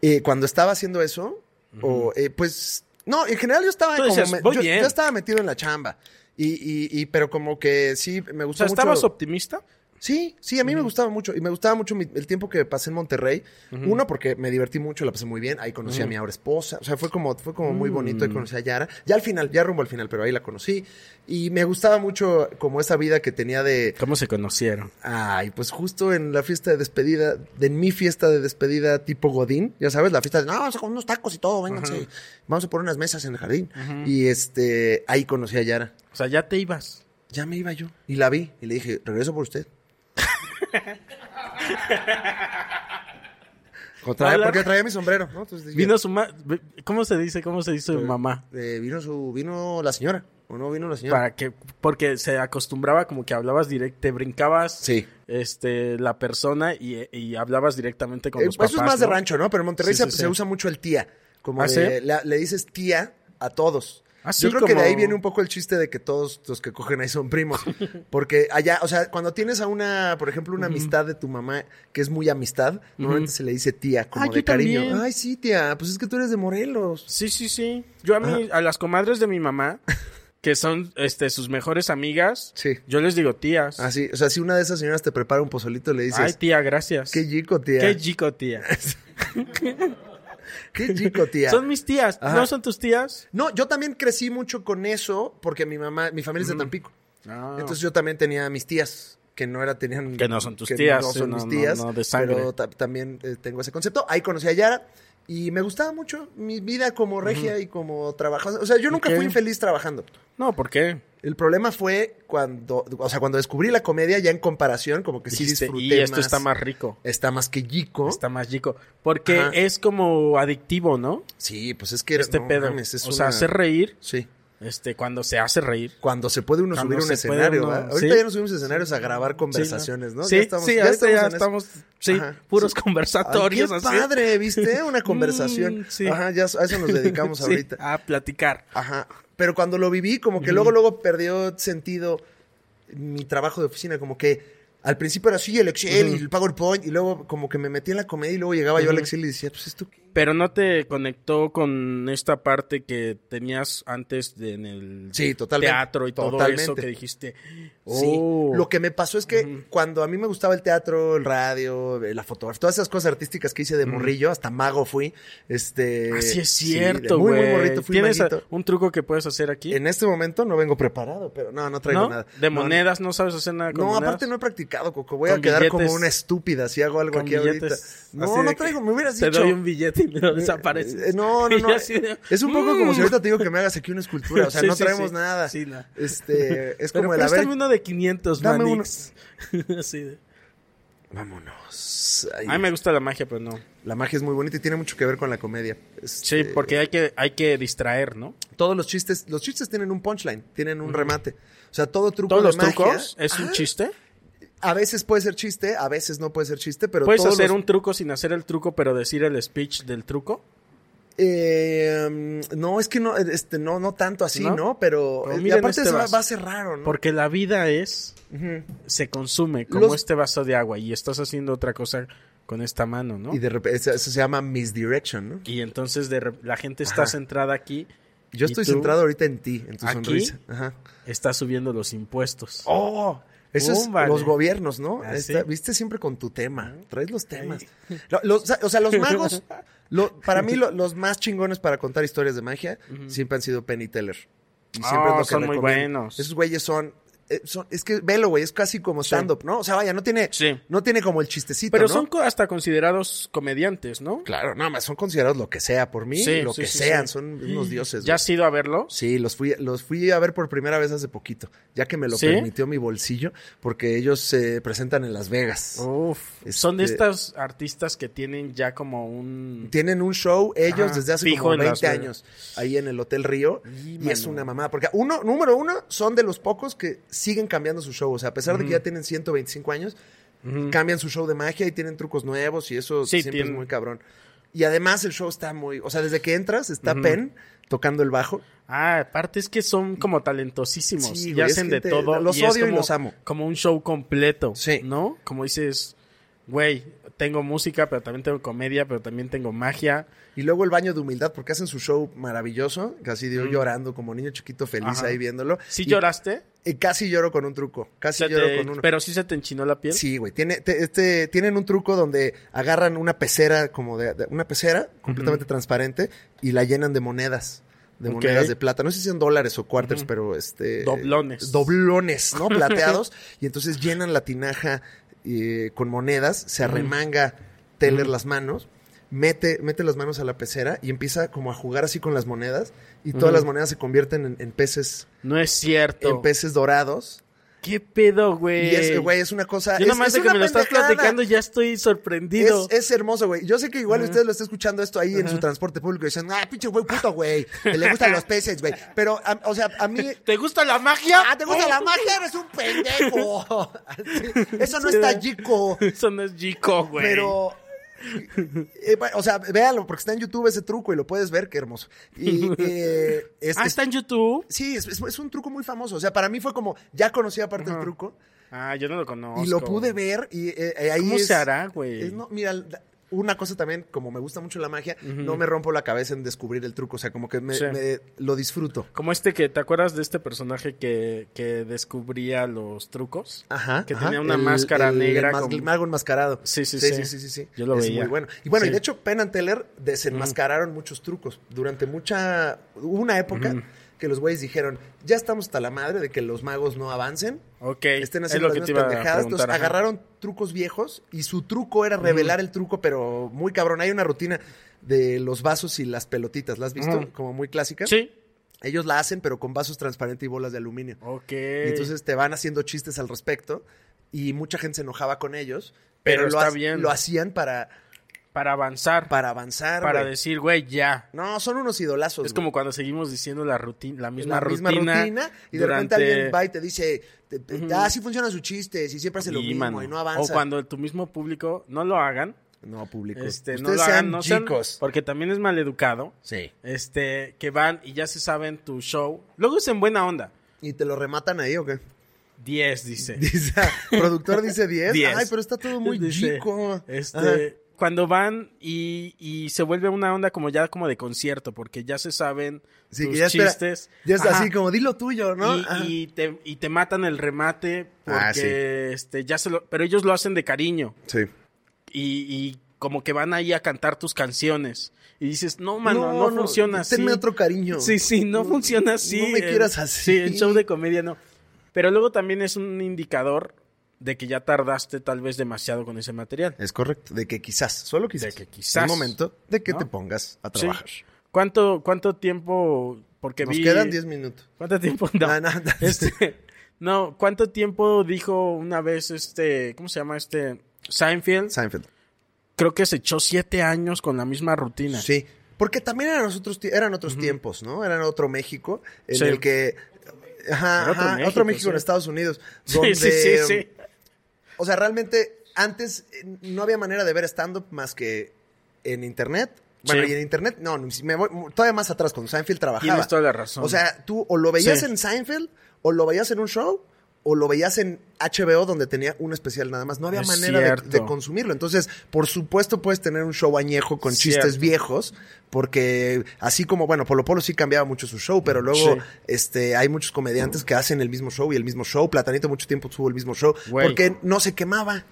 Eh, cuando estaba haciendo eso, o, eh, pues, no, en general yo estaba
Tú
como
decías,
me-
"Voy
yo,
bien".
yo estaba metido en la chamba. Y, y- y- pero como que sí, me
O sea,
gustó mucho.
¿estabas optimista?
Sí, sí, a mí me gustaba mucho. Y me gustaba mucho mi- el tiempo que pasé en Monterrey. Uno, porque me divertí mucho, la pasé muy bien. Ahí conocí a mi ahora esposa. O sea, fue como, fue como muy bonito. Ahí conocí a Yara. Ya al final, ya rumbo al final, pero ahí la conocí. Y me gustaba mucho como esa vida que tenía de...
¿Cómo se conocieron?
Ay, pues justo en la fiesta de despedida, de- en mi fiesta de despedida tipo Godín, ya sabes, la fiesta de, no, vamos a comer unos tacos y todo, vénganse, vamos a poner unas mesas en el jardín. Y este, ahí conocí a Yara.
O sea, ya te ibas.
Ya me iba yo. Y la vi. Y le dije, regreso por usted. O traía-
Hola.
porque traía mi sombrero, ¿no? Entonces dije,
Vino su ma- ¿Cómo se dice? ¿Cómo se dice mamá?
eh, vino su, vino la señora. ¿O no vino la señora?
Para que, porque se acostumbraba como que hablabas directo, te brincabas
Sí.
este, la persona y, y hablabas directamente con
Eh,
los
pues
papás.
Eso es más de
¿no?
rancho, ¿no? Pero en Monterrey
Sí,
se,
sí, sí.
se usa mucho el tía. Como
¿Ah,
de-
sí?
la- le dices tía a todos.
Ah, sí,
Yo creo que de
como-
ahí viene un poco el chiste de que todos los que cogen ahí son primos. Porque allá, o sea, cuando tienes a una, por ejemplo, una amistad de tu mamá que es muy amistad, normalmente se le dice tía, como
Ah,
de
yo
cariño.
también.
Ay, sí, tía, pues es que tú eres de Morelos.
Sí, sí, sí. Yo a, mí, a las comadres de mi mamá, que son este, sus mejores amigas,
Sí.
yo les digo tías.
Así, Ah, o sea, si una de esas señoras te prepara un pozolito, le dices,
Ay, tía, gracias.
qué chico, tía.
Qué chico, tía.
Qué chico, tía.
Son mis tías,
Ajá.
¿no son tus tías?
No, yo también crecí mucho con eso porque mi mamá, mi familia es de Tampico.
Ah,
Entonces yo también tenía a mis tías que no era tenían
Que no son tus tías,
no
sí,
son
no,
mis
no,
tías,
no, de sangre.
pero ta- también eh, tengo ese concepto. Ahí conocí a Yara y me gustaba mucho mi vida como regia y como trabajadora. O sea, yo nunca
Ok.
fui infeliz trabajando.
No, ¿por qué?
El problema fue cuando, o sea, cuando descubrí la comedia ya en comparación como que sí
Dijiste,
disfruté
y esto
más.
está más rico.
está más que yico.
Está más chico. Porque
Ajá.
es como adictivo, ¿no?
Sí, pues es que era-
Este
no
pedo.
mames, es
o sea,
una-
hacer reír,
sí.
este, cuando se hace reír.
Cuando se puede uno
Cuando
subir un
se puede
escenario,
uno,
¿verdad? Ahorita
sí.
ya nos subimos escenarios a grabar conversaciones, ¿no?
Sí,
Ya estamos-
sí,
ya
ahorita ya
en eso.
estamos, sí,
Ajá,
puros
sí.
conversatorios
Ay, qué
así.
padre, ¿viste? Una conversación.
Mm, sí.
Ajá, ya a eso nos dedicamos
Sí,
ahorita.
A platicar.
Ajá. Pero cuando lo viví, como que luego, luego perdió sentido mi trabajo de oficina, como que al principio era así, el Excel y el PowerPoint, y luego como que me metí en la comedia y luego llegaba yo al Excel y decía, pues esto qué.
Pero no te conectó con esta parte que tenías antes de- en el
Sí, totalmente,
teatro y todo
totalmente.
eso que dijiste.
Sí.
"Oh".
Lo que me pasó es que cuando a mí me gustaba el teatro, el radio, eh, la fotografía, todas esas cosas artísticas que hice de morrillo, hasta mago fui. Este.
Ah, sí es
sí, de
cierto,
muy,
güey.
muy morrito fui
¿Tienes
maguito.
a- un truco que puedes hacer aquí?
En este momento no vengo preparado, pero no, no traigo
¿No?
nada.
De
No,
monedas, no sabes hacer nada
No,
con
no,
monedas?
aparte no he practicado, Coco. Voy a
Con
quedar como
billetes.
una estúpida si hago algo
Con
aquí
billetes,
ahorita.
así
No,
de
no
que
traigo, me hubieras
Te
dicho.
doy un billete y me lo desapareces.
Eh, No, no,
Y
no.
así de,
Es un poco como si
"Mm".
ahorita te digo que me hagas aquí una escultura. O sea,
Sí,
no
sí,
traemos
sí.
nada.
Sí, no.
Este, es
Pero
como el haber.
préstame uno de 500,
Dame
Manix. Así de-
Vámonos. Ay,
A mí me gusta la magia, pero no.
La magia es muy bonita y tiene mucho que ver con la comedia.
Sí,
Este,
porque hay que, hay que distraer, ¿no?
todos los chistes, los chistes tienen un punchline, tienen un remate. O sea, todo truco
Todos
de
los
magia,
trucos es un
ah,
chiste.
A veces puede ser chiste, a veces no puede ser chiste, pero
Puedes
todos
hacer
los-
un truco sin hacer el truco, pero decir el speech del truco.
Eh, mm, no, es que no, este, no, no tanto así, ¿no?
¿No?
Pero,
Pero
eh, y
miren
aparte
este
se va,
vaso.
va a ser raro, ¿no?
Porque la vida es. Se consume como
Los-
este vaso de agua y estás haciendo otra cosa con esta mano, ¿no?
Y
Y,
de repente, eso, eso se llama misdirection, ¿no?
entonces de re- la gente está
Ajá.
centrada aquí.
Yo
y
estoy
tú
centrado ahorita en ti, en tu
¿Aquí?
sonrisa. Ajá.
Estás subiendo los impuestos.
¡Oh! Eso es
Búmbale.
los gobiernos, ¿no?
Ah,
Está-
sí.
Viste siempre con tu tema. Traes los temas. Lo- los- o sea, los magos, lo- para mí, lo- los más chingones para contar historias de magia siempre han sido Penn y Teller. Y siempre
Oh,
es lo que
son muy
recomiendo.
buenos.
Esos güeyes son, eh, son- Es que velo, güey, es casi como stand-up, ¿no? O sea, vaya, no tiene,
Sí.
no tiene como el chistecito.
pero
¿no?
son co- hasta considerados comediantes, ¿no?
Claro, nada más, son considerados lo que sea por mí,
Sí,
lo
sí,
que
sí,
sean,
sí.
son unos dioses.
¿Ya
güey.
has ido a verlos?
Sí, los fui, los fui a ver por primera vez hace poquito, ya que me lo
¿Sí?
permitió mi bolsillo, porque ellos se presentan en Las Vegas.
Oh. Uf, son de
Este-
estas artistas que tienen ya como un...
Tienen un show ellos
Ajá,
desde hace
fijo
como
en Las
20
Vegas.
años ahí en el Hotel Río y
mano.
es una mamada. Porque uno, número uno, son de los pocos que siguen cambiando su show. O sea, a pesar de que ya tienen 125 años, cambian su show de magia y tienen trucos nuevos y eso
Sí,
siempre es
tienen.
muy cabrón. Y además el show está muy... O sea, desde que entras está Penn tocando el bajo.
Ah, aparte es que son como talentosísimos
Sí,
y
güey, es
hacen de
gente-
todo.
los
es
odio y
como-
los amo.
Como un show completo,
Sí.
¿no? Como dices, güey, tengo música, pero también tengo comedia, pero también tengo magia.
Y luego el baño de humildad, porque hacen su show maravilloso, casi yo llorando como niño chiquito feliz
Ajá.
ahí viéndolo.
¿Sí
Y-
lloraste?
y casi lloro con un truco, casi
Se
lloro
te-
con uno.
Pero sí se te enchinó la piel.
Sí, güey. Tiene, te- este, tienen un truco donde agarran una pecera, como de, de- una pecera completamente transparente y la llenan de monedas. De
Ok.
monedas de plata. No sé si son dólares o cuartos, pero este.
Doblones.
Doblones, ¿no? Plateados. y entonces llenan la tinaja eh, con monedas, se arremanga Teller las manos. Mete, mete las manos a la pecera y empieza como a jugar así con las monedas y todas las monedas se convierten en, en peces
No es cierto.
en peces dorados
¿Qué pedo, güey?
y es güey es una cosa
Yo
Ah, es-
nada más
es
de que
una
me lo estás
pendejada.
platicando ya estoy sorprendido.
Es, es hermoso, güey. Yo sé que igual ustedes lo están escuchando esto ahí en su transporte público y dicen, ah, pinche güey puto, güey. Que le gustan los peces, güey. Pero, a- o sea, a mí.
¿Te gusta la magia?
Ah, ¿te gusta la magia? Eres un pendejo. Así, Eso no está chico.
Eso no es Jico, güey.
Pero. eh, va- o sea, véalo, porque está en YouTube ese truco y lo puedes ver, qué hermoso. Y eh, es-
Ah, está en YouTube.
Sí, es, es- es un truco muy famoso. O sea, para mí fue como, ya conocí aparte el truco.
Ah, yo no lo conozco.
Y lo pude ver y eh, eh, ahí
¿Cómo
es-
se hará, güey?
es no- mira, la- una cosa también, como me gusta mucho la magia, no me rompo la cabeza en descubrir el truco. O sea, como que me,
Sí.
me- lo disfruto.
Como este que, ¿te acuerdas de este personaje que, que descubría los trucos?
Ajá.
Que
ajá.
tenía una
El-
máscara
el
negra.
enmas-
con-
el mago enmascarado.
Sí, sí, sí.
sí. sí, sí.
Yo lo
es
veía.
muy bueno. Y bueno, y
Sí.
de hecho, Penn and Teller desenmascararon muchos trucos. Durante mucha. Hubo una época que los güeyes dijeron: Ya estamos hasta la madre de que los magos no avancen.
Ok,
Estén
es
haciendo
lo que
las
te
mismas
iba a
pendejadas. Entonces
preguntar, ajá.
agarraron trucos viejos y su truco era revelar el truco, pero muy cabrón. Hay una rutina de los vasos y las pelotitas. ¿La has visto?
Ujú.
Como muy clásica.
Sí.
Ellos la hacen, pero con vasos transparentes y bolas de aluminio.
Ok.
Y entonces te van haciendo chistes al respecto y mucha gente se enojaba con ellos.
Pero
Pero, lo,
está
ha-
bien.
lo hacían para,
para avanzar, para,
para avanzar. güey.
decir, güey, ya.
No, son unos idolazos.
Es
güey.
como cuando seguimos diciendo la rutina, la misma,
la misma rutina, y de
durante-
repente alguien va y te dice, te- te- ah, sí funcionan sus chistes y siempre hace lo
Sí,
mismo
mano.
y no avanza.
O cuando tu mismo público no lo hagan,
No, público.
este,
Ustedes
no lo
sean
hagan, no sean-
chicos.
porque también es maleducado.
Sí.
Este, que van y ya se saben tu show. Luego es en buena onda.
¿Y te lo rematan ahí o qué?
10 dice.
Dice, ah, productor dice 10.
Diez.
Ay, pero está todo muy
Dice,
chico.
Este,
Ajá.
cuando van y, y se vuelve una onda como ya como de concierto, porque ya se saben
Sí, que
tus
ya espera-
chistes.
Ya está
Ajá.
así como, di lo tuyo, ¿no?
Y,
Ajá.
y te, y te matan el remate porque
Ah, sí.
este, ya se lo, pero ellos lo hacen de cariño
Sí.
y, y como que van ahí a cantar tus canciones y dices, no, mano, no,
No, no,
funciona así.
tenme otro cariño.
Sí, sí, no,
No,
funciona
no
así.
me
el-
quieras así.
Sí, el show de comedia no. Pero luego también es un indicador de que ya tardaste tal vez demasiado con ese material.
Es correcto. De que quizás, solo quizás.
De que quizás,
Es momento de que
¿no?
te pongas a
Sí.
trabajar.
¿Cuánto, cuánto tiempo? Porque
Nos
vi-
quedan 10 minutos. Ah,
¿Cuánto tiempo? No.
No, no, no.
Este, no, ¿cuánto tiempo dijo una vez este, ¿cómo se llama este? Seinfeld.
Seinfeld.
Creo que se echó siete años con la misma rutina.
Sí. Porque también eran, nosotros, ti- eran otros tiempos, ¿no? Eran otro México en
Sí.
el que... Ajá,
Era otro
ajá,
México,
otro México en
sí.
Estados Unidos.
Sí, sí, sí,
donde,
sí.
O sea, realmente antes eh, no había manera de ver stand-up más que en internet. Bueno,
Sí.
y en internet, no, ni si me voy mu- todavía más atrás, cuando Seinfeld trabajaba.
Tienes toda la razón.
O sea, tú o lo veías
Sí.
en Seinfeld, o lo veías en un show, o lo veías en HBO donde tenía un especial nada más. No había
Es
manera de- de,
cierto.
consumirlo. Entonces, por supuesto puedes tener un show añejo con chistes
Cierto.
viejos, porque así como, bueno, Polo Polo sí cambiaba mucho su show, pero luego
Sí.
este, hay muchos comediantes que hacen el mismo show y el mismo show. Platanito mucho tiempo tuvo el mismo show,
Güey.
porque no se quemaba.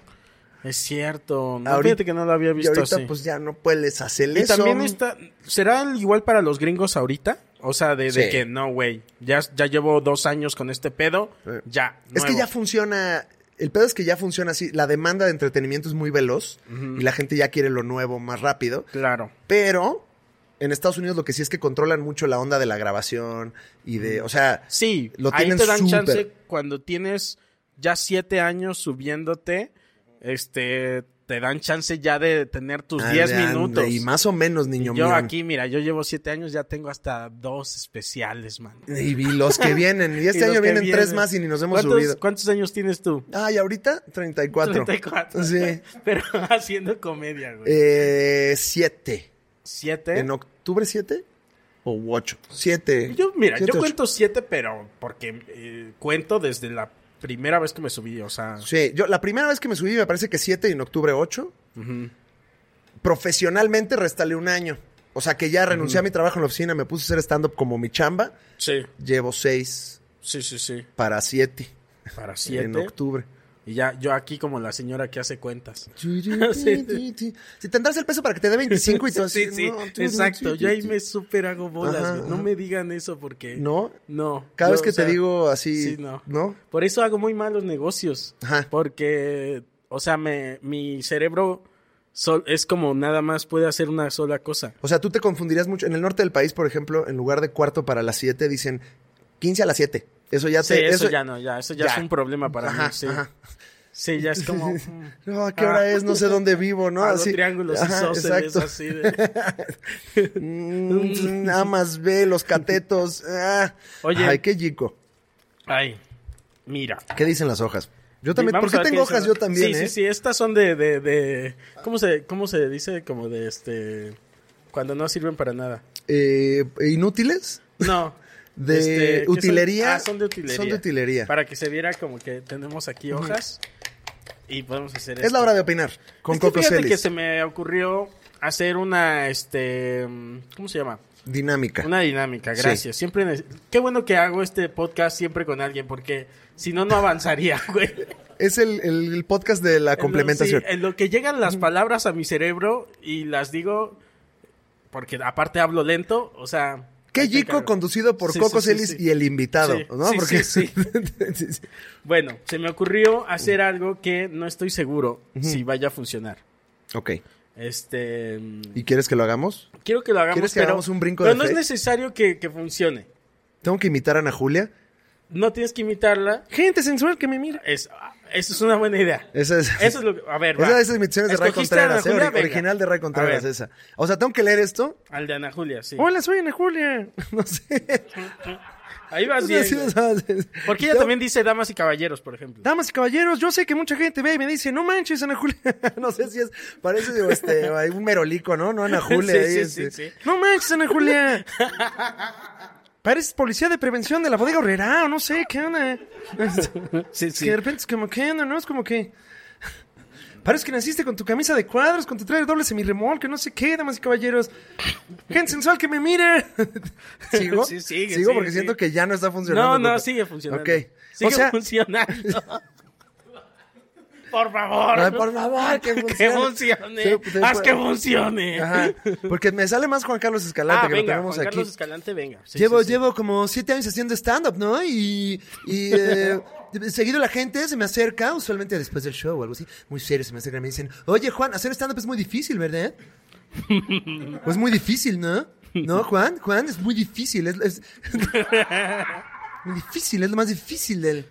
Es cierto. No,
Ahorita-
fíjate que no lo había visto
Y ahorita,
así.
pues ya no puedes hacer
y
eso.
también está, ¿será igual para los gringos ahorita? O sea, de, de
Sí.
que no, güey, ya, ya llevo dos años con este pedo,
Sí.
ya.
Es que
nuevo.
ya funciona. El pedo es que ya funciona así. La demanda de entretenimiento es muy veloz y la gente ya quiere lo nuevo más rápido.
Claro.
Pero en Estados Unidos lo que sí es que controlan mucho la onda de la grabación y de. O sea.
Sí,
Lo
ahí
tienen
te dan
súper.
chance cuando tienes ya siete años subiéndote, este, te dan chance ya de tener tus
Ah,
pues, diez
de-
minutos.
Y más o menos,
yo
niño mío.
aquí, mira, yo llevo siete años, ya tengo hasta dos especiales, man.
Y vi los que vienen. Y este
Y los
año
que
vienen tres más y ni nos hemos
¿Cuántos,
subido.
¿Cuántos años tienes tú?
Ah, y ahorita 34.
34.
Sí.
Pero haciendo comedia, güey.
Eh, siete.
¿Siete?
¿En octubre 7? ¿O 8? 7.
Yo, mira, yo cuento siete, pero porque eh, cuento desde la primera vez que me subí, o sea.
Sí, yo la primera vez que me subí me parece que 7 y en octubre 8. Profesionalmente restale un año. O sea que ya renuncié a mi trabajo en la oficina, me puse a hacer stand-up como mi chamba.
Sí,
Llevo 6
sí, sí, sí.
para 7
Para siete.
en octubre.
Y ya, yo aquí como la señora que hace cuentas.
Si tendrás el peso para que te dé 25 y todo así,
Sí, sí,
no, tú-
exacto. Yo ahí me súper hago bolas.
Ajá,
güey. No
ajá.
me digan eso porque.
¿No?
No.
Cada
Yo,
vez que
o sea,
te digo
sí,
así,
no.
no.
Por eso hago muy malos negocios.
Ajá.
Porque, o sea, me, mi cerebro sol- es como nada más puede hacer una sola cosa.
O sea, tú te confundirías mucho. En el norte del país, por ejemplo, en lugar de cuarto para las 7, dicen 15 a las 7. Eh, Eso ya
Sí,
te...
eso, ya no, ya, eso ya,
ya.
es un problema para
Ajá,
mí. Sí.
ajá.
Sí, ya es como. mm,
No, ¿a qué hora
ah,
es? No sé dónde vivo, ¿no?
hago
Así.
triángulos
Ajá,
isósceles,
exacto.
así de-
Mm, A más B, los catetos. Ah.
Oye.
Ay, qué chico.
Ay, mira.
¿Qué dicen las hojas? Yo también.
Vamos
¿Por
a
qué
ver
tengo
dicen.
hojas yo
Sí,
también, eh?
sí, sí. Estas son de, de, de- ¿cómo, se, ¿Cómo se dice? Como de este. Cuando no sirven para nada.
Eh, ¿Inútiles?
No.
De
Este, ¿qué son?
utilería.
Ah, son de utilería.
Son de utilería.
Para que se viera como que tenemos aquí hojas y podemos hacer
Es la hora de opinar. Con Coco
fíjate
Celis.
que se me ocurrió hacer una, este, ¿cómo se llama?
Dinámica.
Una dinámica,
Sí.
gracias. Siempre, ne- qué bueno que hago este podcast siempre con alguien porque si no, no avanzaría, güey.
Es el, el- el podcast de la complementación.
En lo, sí, en lo que llegan las palabras a mi cerebro y las digo, porque aparte hablo lento, o sea...
Qué
ahí te
Yico
encargo.
conducido por
Sí,
Coco
sí, sí,
Celis
sí.
y el invitado,
Sí,
¿no?
sí,
Porque
sí,
Sí, sí.
Bueno, se me ocurrió hacer algo que no estoy seguro si vaya a funcionar.
Ok.
Este, mm,
¿Y quieres que lo hagamos?
quiero que lo hagamos,
¿Quieres que
pero,
hagamos un brinco
pero
de
no es
fe?
necesario que, que funcione.
Tengo que imitar a Ana Julia.
No tienes que imitarla.
Gente sensual que me mira.
Es, eso es una buena idea.
Esa es,
Eso es lo que, a ver,
Esa
va.
de esas imitaciones de Ray
Escogiste a Ana
Contreras, eh,
Julia,
ori-
venga.
original de Ray
A
Contreras,
ver,
esa. O sea, tengo que leer esto.
Al de Ana Julia, sí.
Hola, soy Ana Julia. No sé.
Ahí
pues,
vas bien. güey. Porque ella también dice damas y caballeros, por ejemplo.
Damas y caballeros, yo sé que mucha gente ve y me dice, no manches, Ana Julia. no sé si es, parece digo, este, hay un merolico, ¿no? No, Ana Julia.
Sí,
ahí,
sí,
este.
sí, sí.
No manches, Ana Julia. Pareces policía de prevención de la bodega horrera, o no sé, ¿qué onda?
Sí,
Que de repente es como, ¿qué onda? No, es como que... Parece que naciste con tu camisa de cuadros, con tu traje doble semirremolque, no sé qué, damas y caballeros. Gente sensual que me mire. ¿Sigo?
Sí, sigue,
Sigo
sigue,
porque
sigue.
siento que ya no está funcionando.
No, no,
Coco.
sigue funcionando.
Ok.
Sigue
o sea,
funcionando. por favor.
Ay, por favor, que funcione.
Que funcione.
Se- se
Haz
puede.
que funcione.
Ajá, porque me sale más Juan Carlos Escalante
Ah,
que lo
venga,
tenemos
Juan
aquí.
Carlos Escalante, venga. Sí,
llevo,
sí, sí.
llevo como siete años haciendo stand-up, ¿no? Y, y eh, seguido la gente se me acerca, usualmente después del show o algo así, muy serio, se me acerca y me dicen, oye Juan, hacer stand-up es muy difícil, ¿verdad? o es muy difícil, ¿no? ¿No, Juan? Juan, es muy difícil, es, es- muy difícil, es lo más difícil del...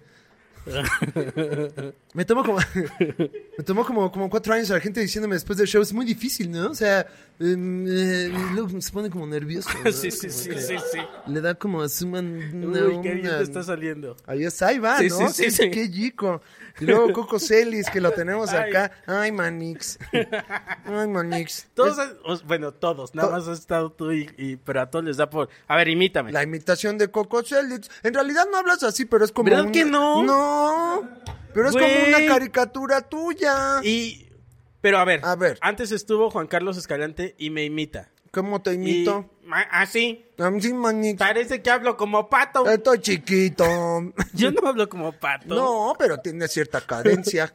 Me tomó como, me tomó como, como cuatro años la gente diciéndome después del show, es muy difícil, ¿no? O sea, em, eh, luego se pone como nervioso. ¿no?
Sí, sí,
Como
sí,
que-
sí, sí.
le da como a Suman. una-
Uy, qué bien
una-
te está saliendo.
Ahí está, ahí va,
Sí,
¿no?
sí, sí,
Qué-
sí.
Qué chico. Y luego Coco Celis, que lo tenemos
Ay.
acá. Ay, Manix. Ay, Manix.
Todos, o- bueno, todos, nada
To-
más has estado tú y, y- pero a todos les da por. A ver, imítame.
La imitación de Coco Celis. En realidad no hablas así, pero es como.
¿Verdad
una-
que no?
No. Pero es
Güey.
como una caricatura tuya.
Y pero a ver,
A ver.
antes estuvo Juan Carlos Escalante y me imita.
¿Cómo te
Y,
imito?
ma- así,
A mí Sí, Manix.
parece que hablo como pato.
Estoy chiquito.
Yo no hablo como pato.
Eh, No, pero tiene cierta cadencia,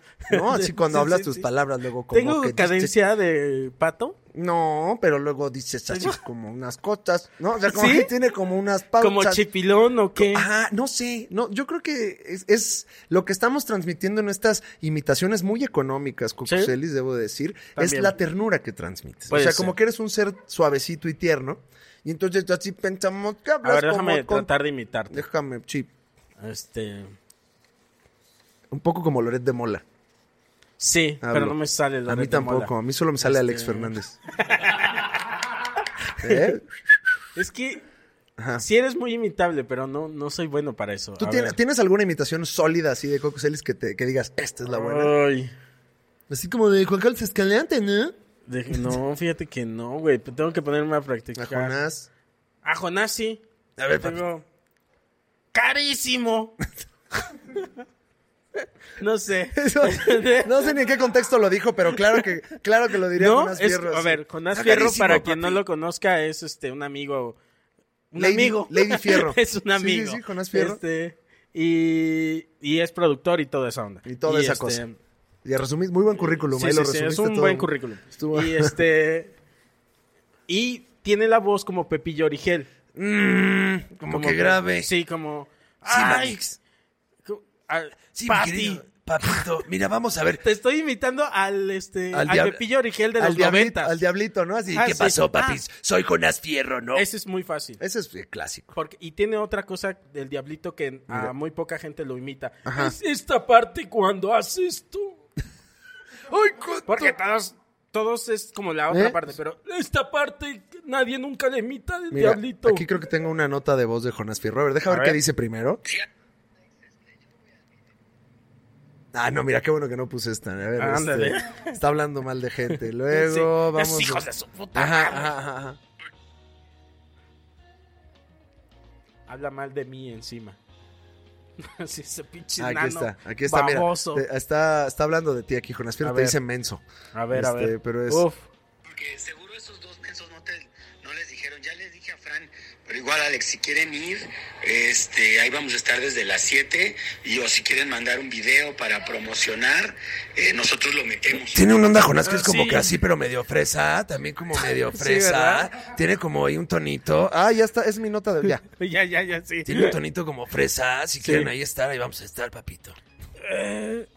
¿no? Así cuando
Sí,
hablas
sí,
tus
sí.
palabras luego como
Tengo
que dices-
cadencia de pato,
No, pero luego dices así
Tengo-
como unas cosas, ¿no? O sea, como
¿Sí?
que tiene como unas pausas.
como chipilón o qué.
Ajá, no sé, no, yo creo que es, es lo que estamos transmitiendo en estas imitaciones muy económicas,
Sí.
Cucucelis, debo decir,
También.
es la ternura que transmites.
Puede
o sea,
ser.
como que eres un ser suavecito y tierno, y entonces así pensamos que
a
hablas
ver,
como
déjame
con-
tratar de imitarte.
Déjame, sí,
Este,
un poco como Loret de Mola.
sí, pero
Hablo.
no me sale la
A mí
Red de Mola. Este.
tampoco, a mí solo me sale Alex Fernández. ¿Eh?
Es que
Ajá.
sí eres muy imitable, pero no, no soy bueno para eso.
¿Tú
A
tienes,
ver.
tienes alguna imitación sólida así de Coco Celis que, te, que digas, esta es la buena?
Ay,
Así como de Juan Carlos Escalante, ¿no?
de- no, fíjate que no, güey. Tengo que ponerme a practicar.
A Jonás.
A Jonás sí.
A ver,
Tengo... Carísimo. No sé.
Eso- no sé ni en qué contexto lo dijo, pero claro que, claro que lo diría
No,
Jonás
es-
Fierro,
a
sí.
ver, Jonás Fierro,
Cagadísimo,
para quien no
papi.
lo conozca, es este un amigo. Un
Lady-
amigo.
Lady Fierro.
es un
Sí,
amigo.
sí, sí, Jonás Fierro.
Este, y, y es productor y este, toda esa onda.
Y toda esa cosa. Y resumís, muy buen currículum,
sí,
ahí lo
sí, sí, es
resumiste
un
todo.
buen currículum.
Estuvo-
Y este. Y tiene la voz como Pepillo Origel.
Mm, como, que grave.
Sí, como.
Sí,
¡Ay!
Manix.
co- ah,
Sí, mi
Pati.
querido papito. Mira, vamos a ver.
Te estoy imitando al este
Al
al,
diablo-
Pepillo Origel de
al,
los
diablito,
noventas.
al diablito, ¿no? Así
Sí,
Ah,
¿Qué
sí,
pasó,
sí.
papis? Soy Jonás Fierro, ¿no?
Ese es muy fácil.
Ese es eh, clásico.
Porque, y tiene otra cosa del diablito que a muy poca gente lo imita.
Ajá.
Es esta parte cuando haces tú.
¡Ay, cuánto!
Porque todos, todos es como la otra
¿Eh?
parte, pero esta parte que nadie nunca le imita del
Mira,
diablito.
aquí creo que tengo una nota de voz de Jonás Fierro. A ver, deja ver, qué
ver.
dice primero. Ah, no, mira, qué bueno que no puse esta. A ver,
Ah,
este,
ándale.
está hablando mal de gente.
Sí.
Luego, vamos.
Es
a-
hijos de su puta.
Ajá,
madre.
ajá, ajá, ajá.
Habla mal de mí encima. Así ese pinche
Aquí
nano
está, aquí está, mira.
baboso.
Te- está, está hablando de ti aquí, Jonás Fierro.
A
Te
ver.
dice menso.
A ver, a
Este,
ver.
pero es-
Uf.
Porque seguro esos dos mensos no, te- no les dijeron, ya les dije a Fran, pero igual Alex, si quieren ir, este, ahí vamos a estar desde las 7 y o si quieren mandar un video para promocionar, eh, nosotros lo metemos.
Tiene un onda Jonás que es
Ah,
como
Sí.
que así, pero medio fresa. También como medio fresa.
¿verdad?
Tiene como ahí un tonito.
Ah, ya está, es mi nota de. Ya.
Ya, ya, ya, sí.
Tiene un tonito como fresa. Si quieren ahí estar, ahí vamos a estar, papito.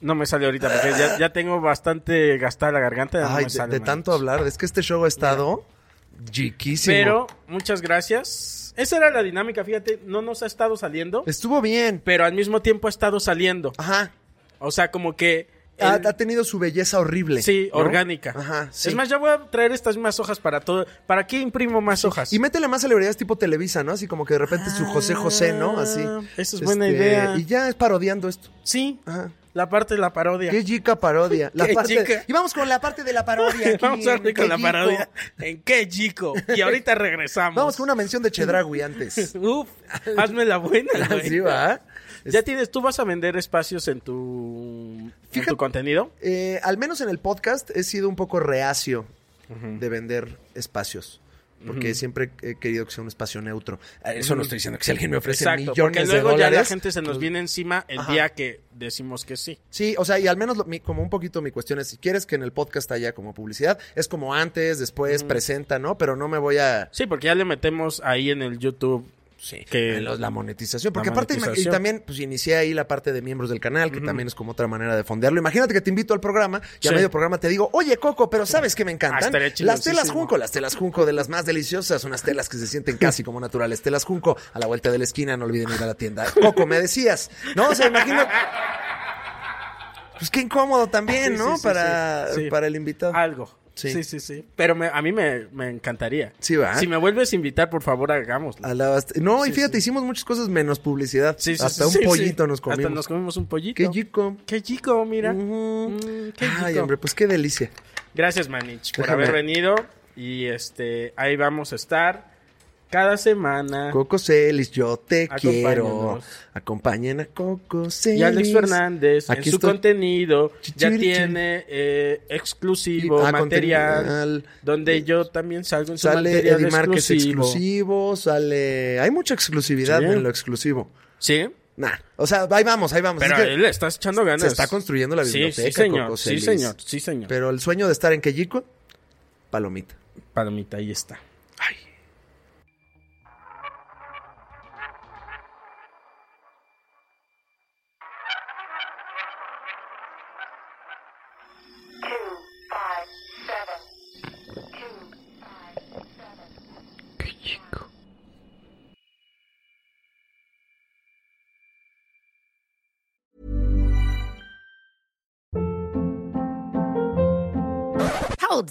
No me sale ahorita porque ya, ya tengo bastante gastada la garganta. ya no me
Ay, de,
sale,
de
man.
tanto hablar. Es que este show ha estado chiquísimo.
Pero muchas gracias. Esa era la dinámica, fíjate, no nos ha estado saliendo,
Estuvo bien.
pero al mismo tiempo ha estado saliendo.
Ajá.
O sea, como que...
Ha,
el-
ha tenido su belleza horrible.
sí,
¿no?
orgánica.
Ajá, sí.
Es más, ya voy a traer estas mismas hojas para todo. ¿Para qué imprimo más hojas?
Y métele más celebridades tipo Televisa, ¿no? Así como que de repente su José José, ¿no? Así. Este,
Ah, esa es buena idea.
Y ya es parodiando esto.
Sí,
Ajá.
la parte de la parodia.
Qué chica parodia. La
Qué
parte-
chica.
Y vamos con la parte de la parodia.
Vamos
Qué-
a ver
qué
con la
chico.
parodia. ¿En qué, chico? Y ahorita regresamos.
Vamos con una mención de Chedragui antes.
Uf, hazme la buena, güey.
Así va.
Ya tienes, tú vas a vender espacios en tu, en
Fíjate-
tu contenido.
Eh, al menos en el podcast he sido un poco reacio de vender espacios. Porque siempre he querido que sea un espacio neutro.
Ah,
A Ah, Eso no estoy diciendo que si alguien me ofrece
Exacto, porque
millones de
luego
dólares.
ya la gente se nos viene encima el
Ajá.
día que decimos que sí.
Sí, o sea, y al menos lo- mi- como un poquito mi cuestión es, si quieres que en el podcast haya como publicidad, es como antes, después, presenta, ¿no? Pero no me voy a...
Sí, porque ya le metemos ahí en el YouTube.
Sí,
que-
en los- la monetización. Porque
La
aparte, ima-
monetización.
y también, pues inicié ahí la parte de miembros del canal, que también es como otra manera de fondearlo. Imagínate que te invito al programa y
Sí.
a medio programa te digo, oye, Coco, pero ¿sabes que me
Ah,
encantan?
estaría
las
chingosísimo.
telas Junco, las telas Junco de las más deliciosas, unas telas que se sienten casi como naturales. Telas Junco, a la vuelta de la esquina, no olviden ir a la tienda. Coco, me decías, ¿no? O sea, imagino... Pues qué incómodo también,
Sí,
¿no?
sí, sí,
para,
sí. Sí.
para el invitado.
Algo. Sí,
Sí.
sí, sí. Pero me- a mí me, me encantaría.
Sí, ¿va?
Si me vuelves a invitar, por favor, hagámoslo.
A la bast- no, y fíjate, hicimos muchas cosas menos publicidad.
Sí, sí, sí,
Hasta un
sí,
pollito
sí.
nos comimos.
Hasta nos comimos un pollito.
Qué chico.
Qué chico, mira.
Ujú.
Mm, qué
Ay,
chico.
hombre, pues qué delicia.
Gracias, Manich, por
Déjame-
haber venido. Y este, ahí vamos a estar cada semana.
Coco Celis, yo te quiero.
Acompáñanos.
Acompañen a Coco Celis.
Y Alex Fernández,
Aquí
en su
estoy.
contenido, ya
Chichirichi.
tiene eh, exclusivo
Ah,
material,
contenido.
donde yo también salgo en su
Sale
material
Eddie Márquez
exclusivo.
exclusivo. sale... Hay mucha exclusividad
Sí.
en lo exclusivo.
Sí,
Nah, o sea, ahí vamos, ahí vamos.
pero
Pues Es que
ahí le estás echando ganas.
se está construyendo la biblioteca,
Sí, sí, señor,
Coco
sí,
Celis.
señor, sí, señor.
Pero el sueño de estar en Quejico, palomita.
Palomita, ahí está.
two five seven two five seven.
Hold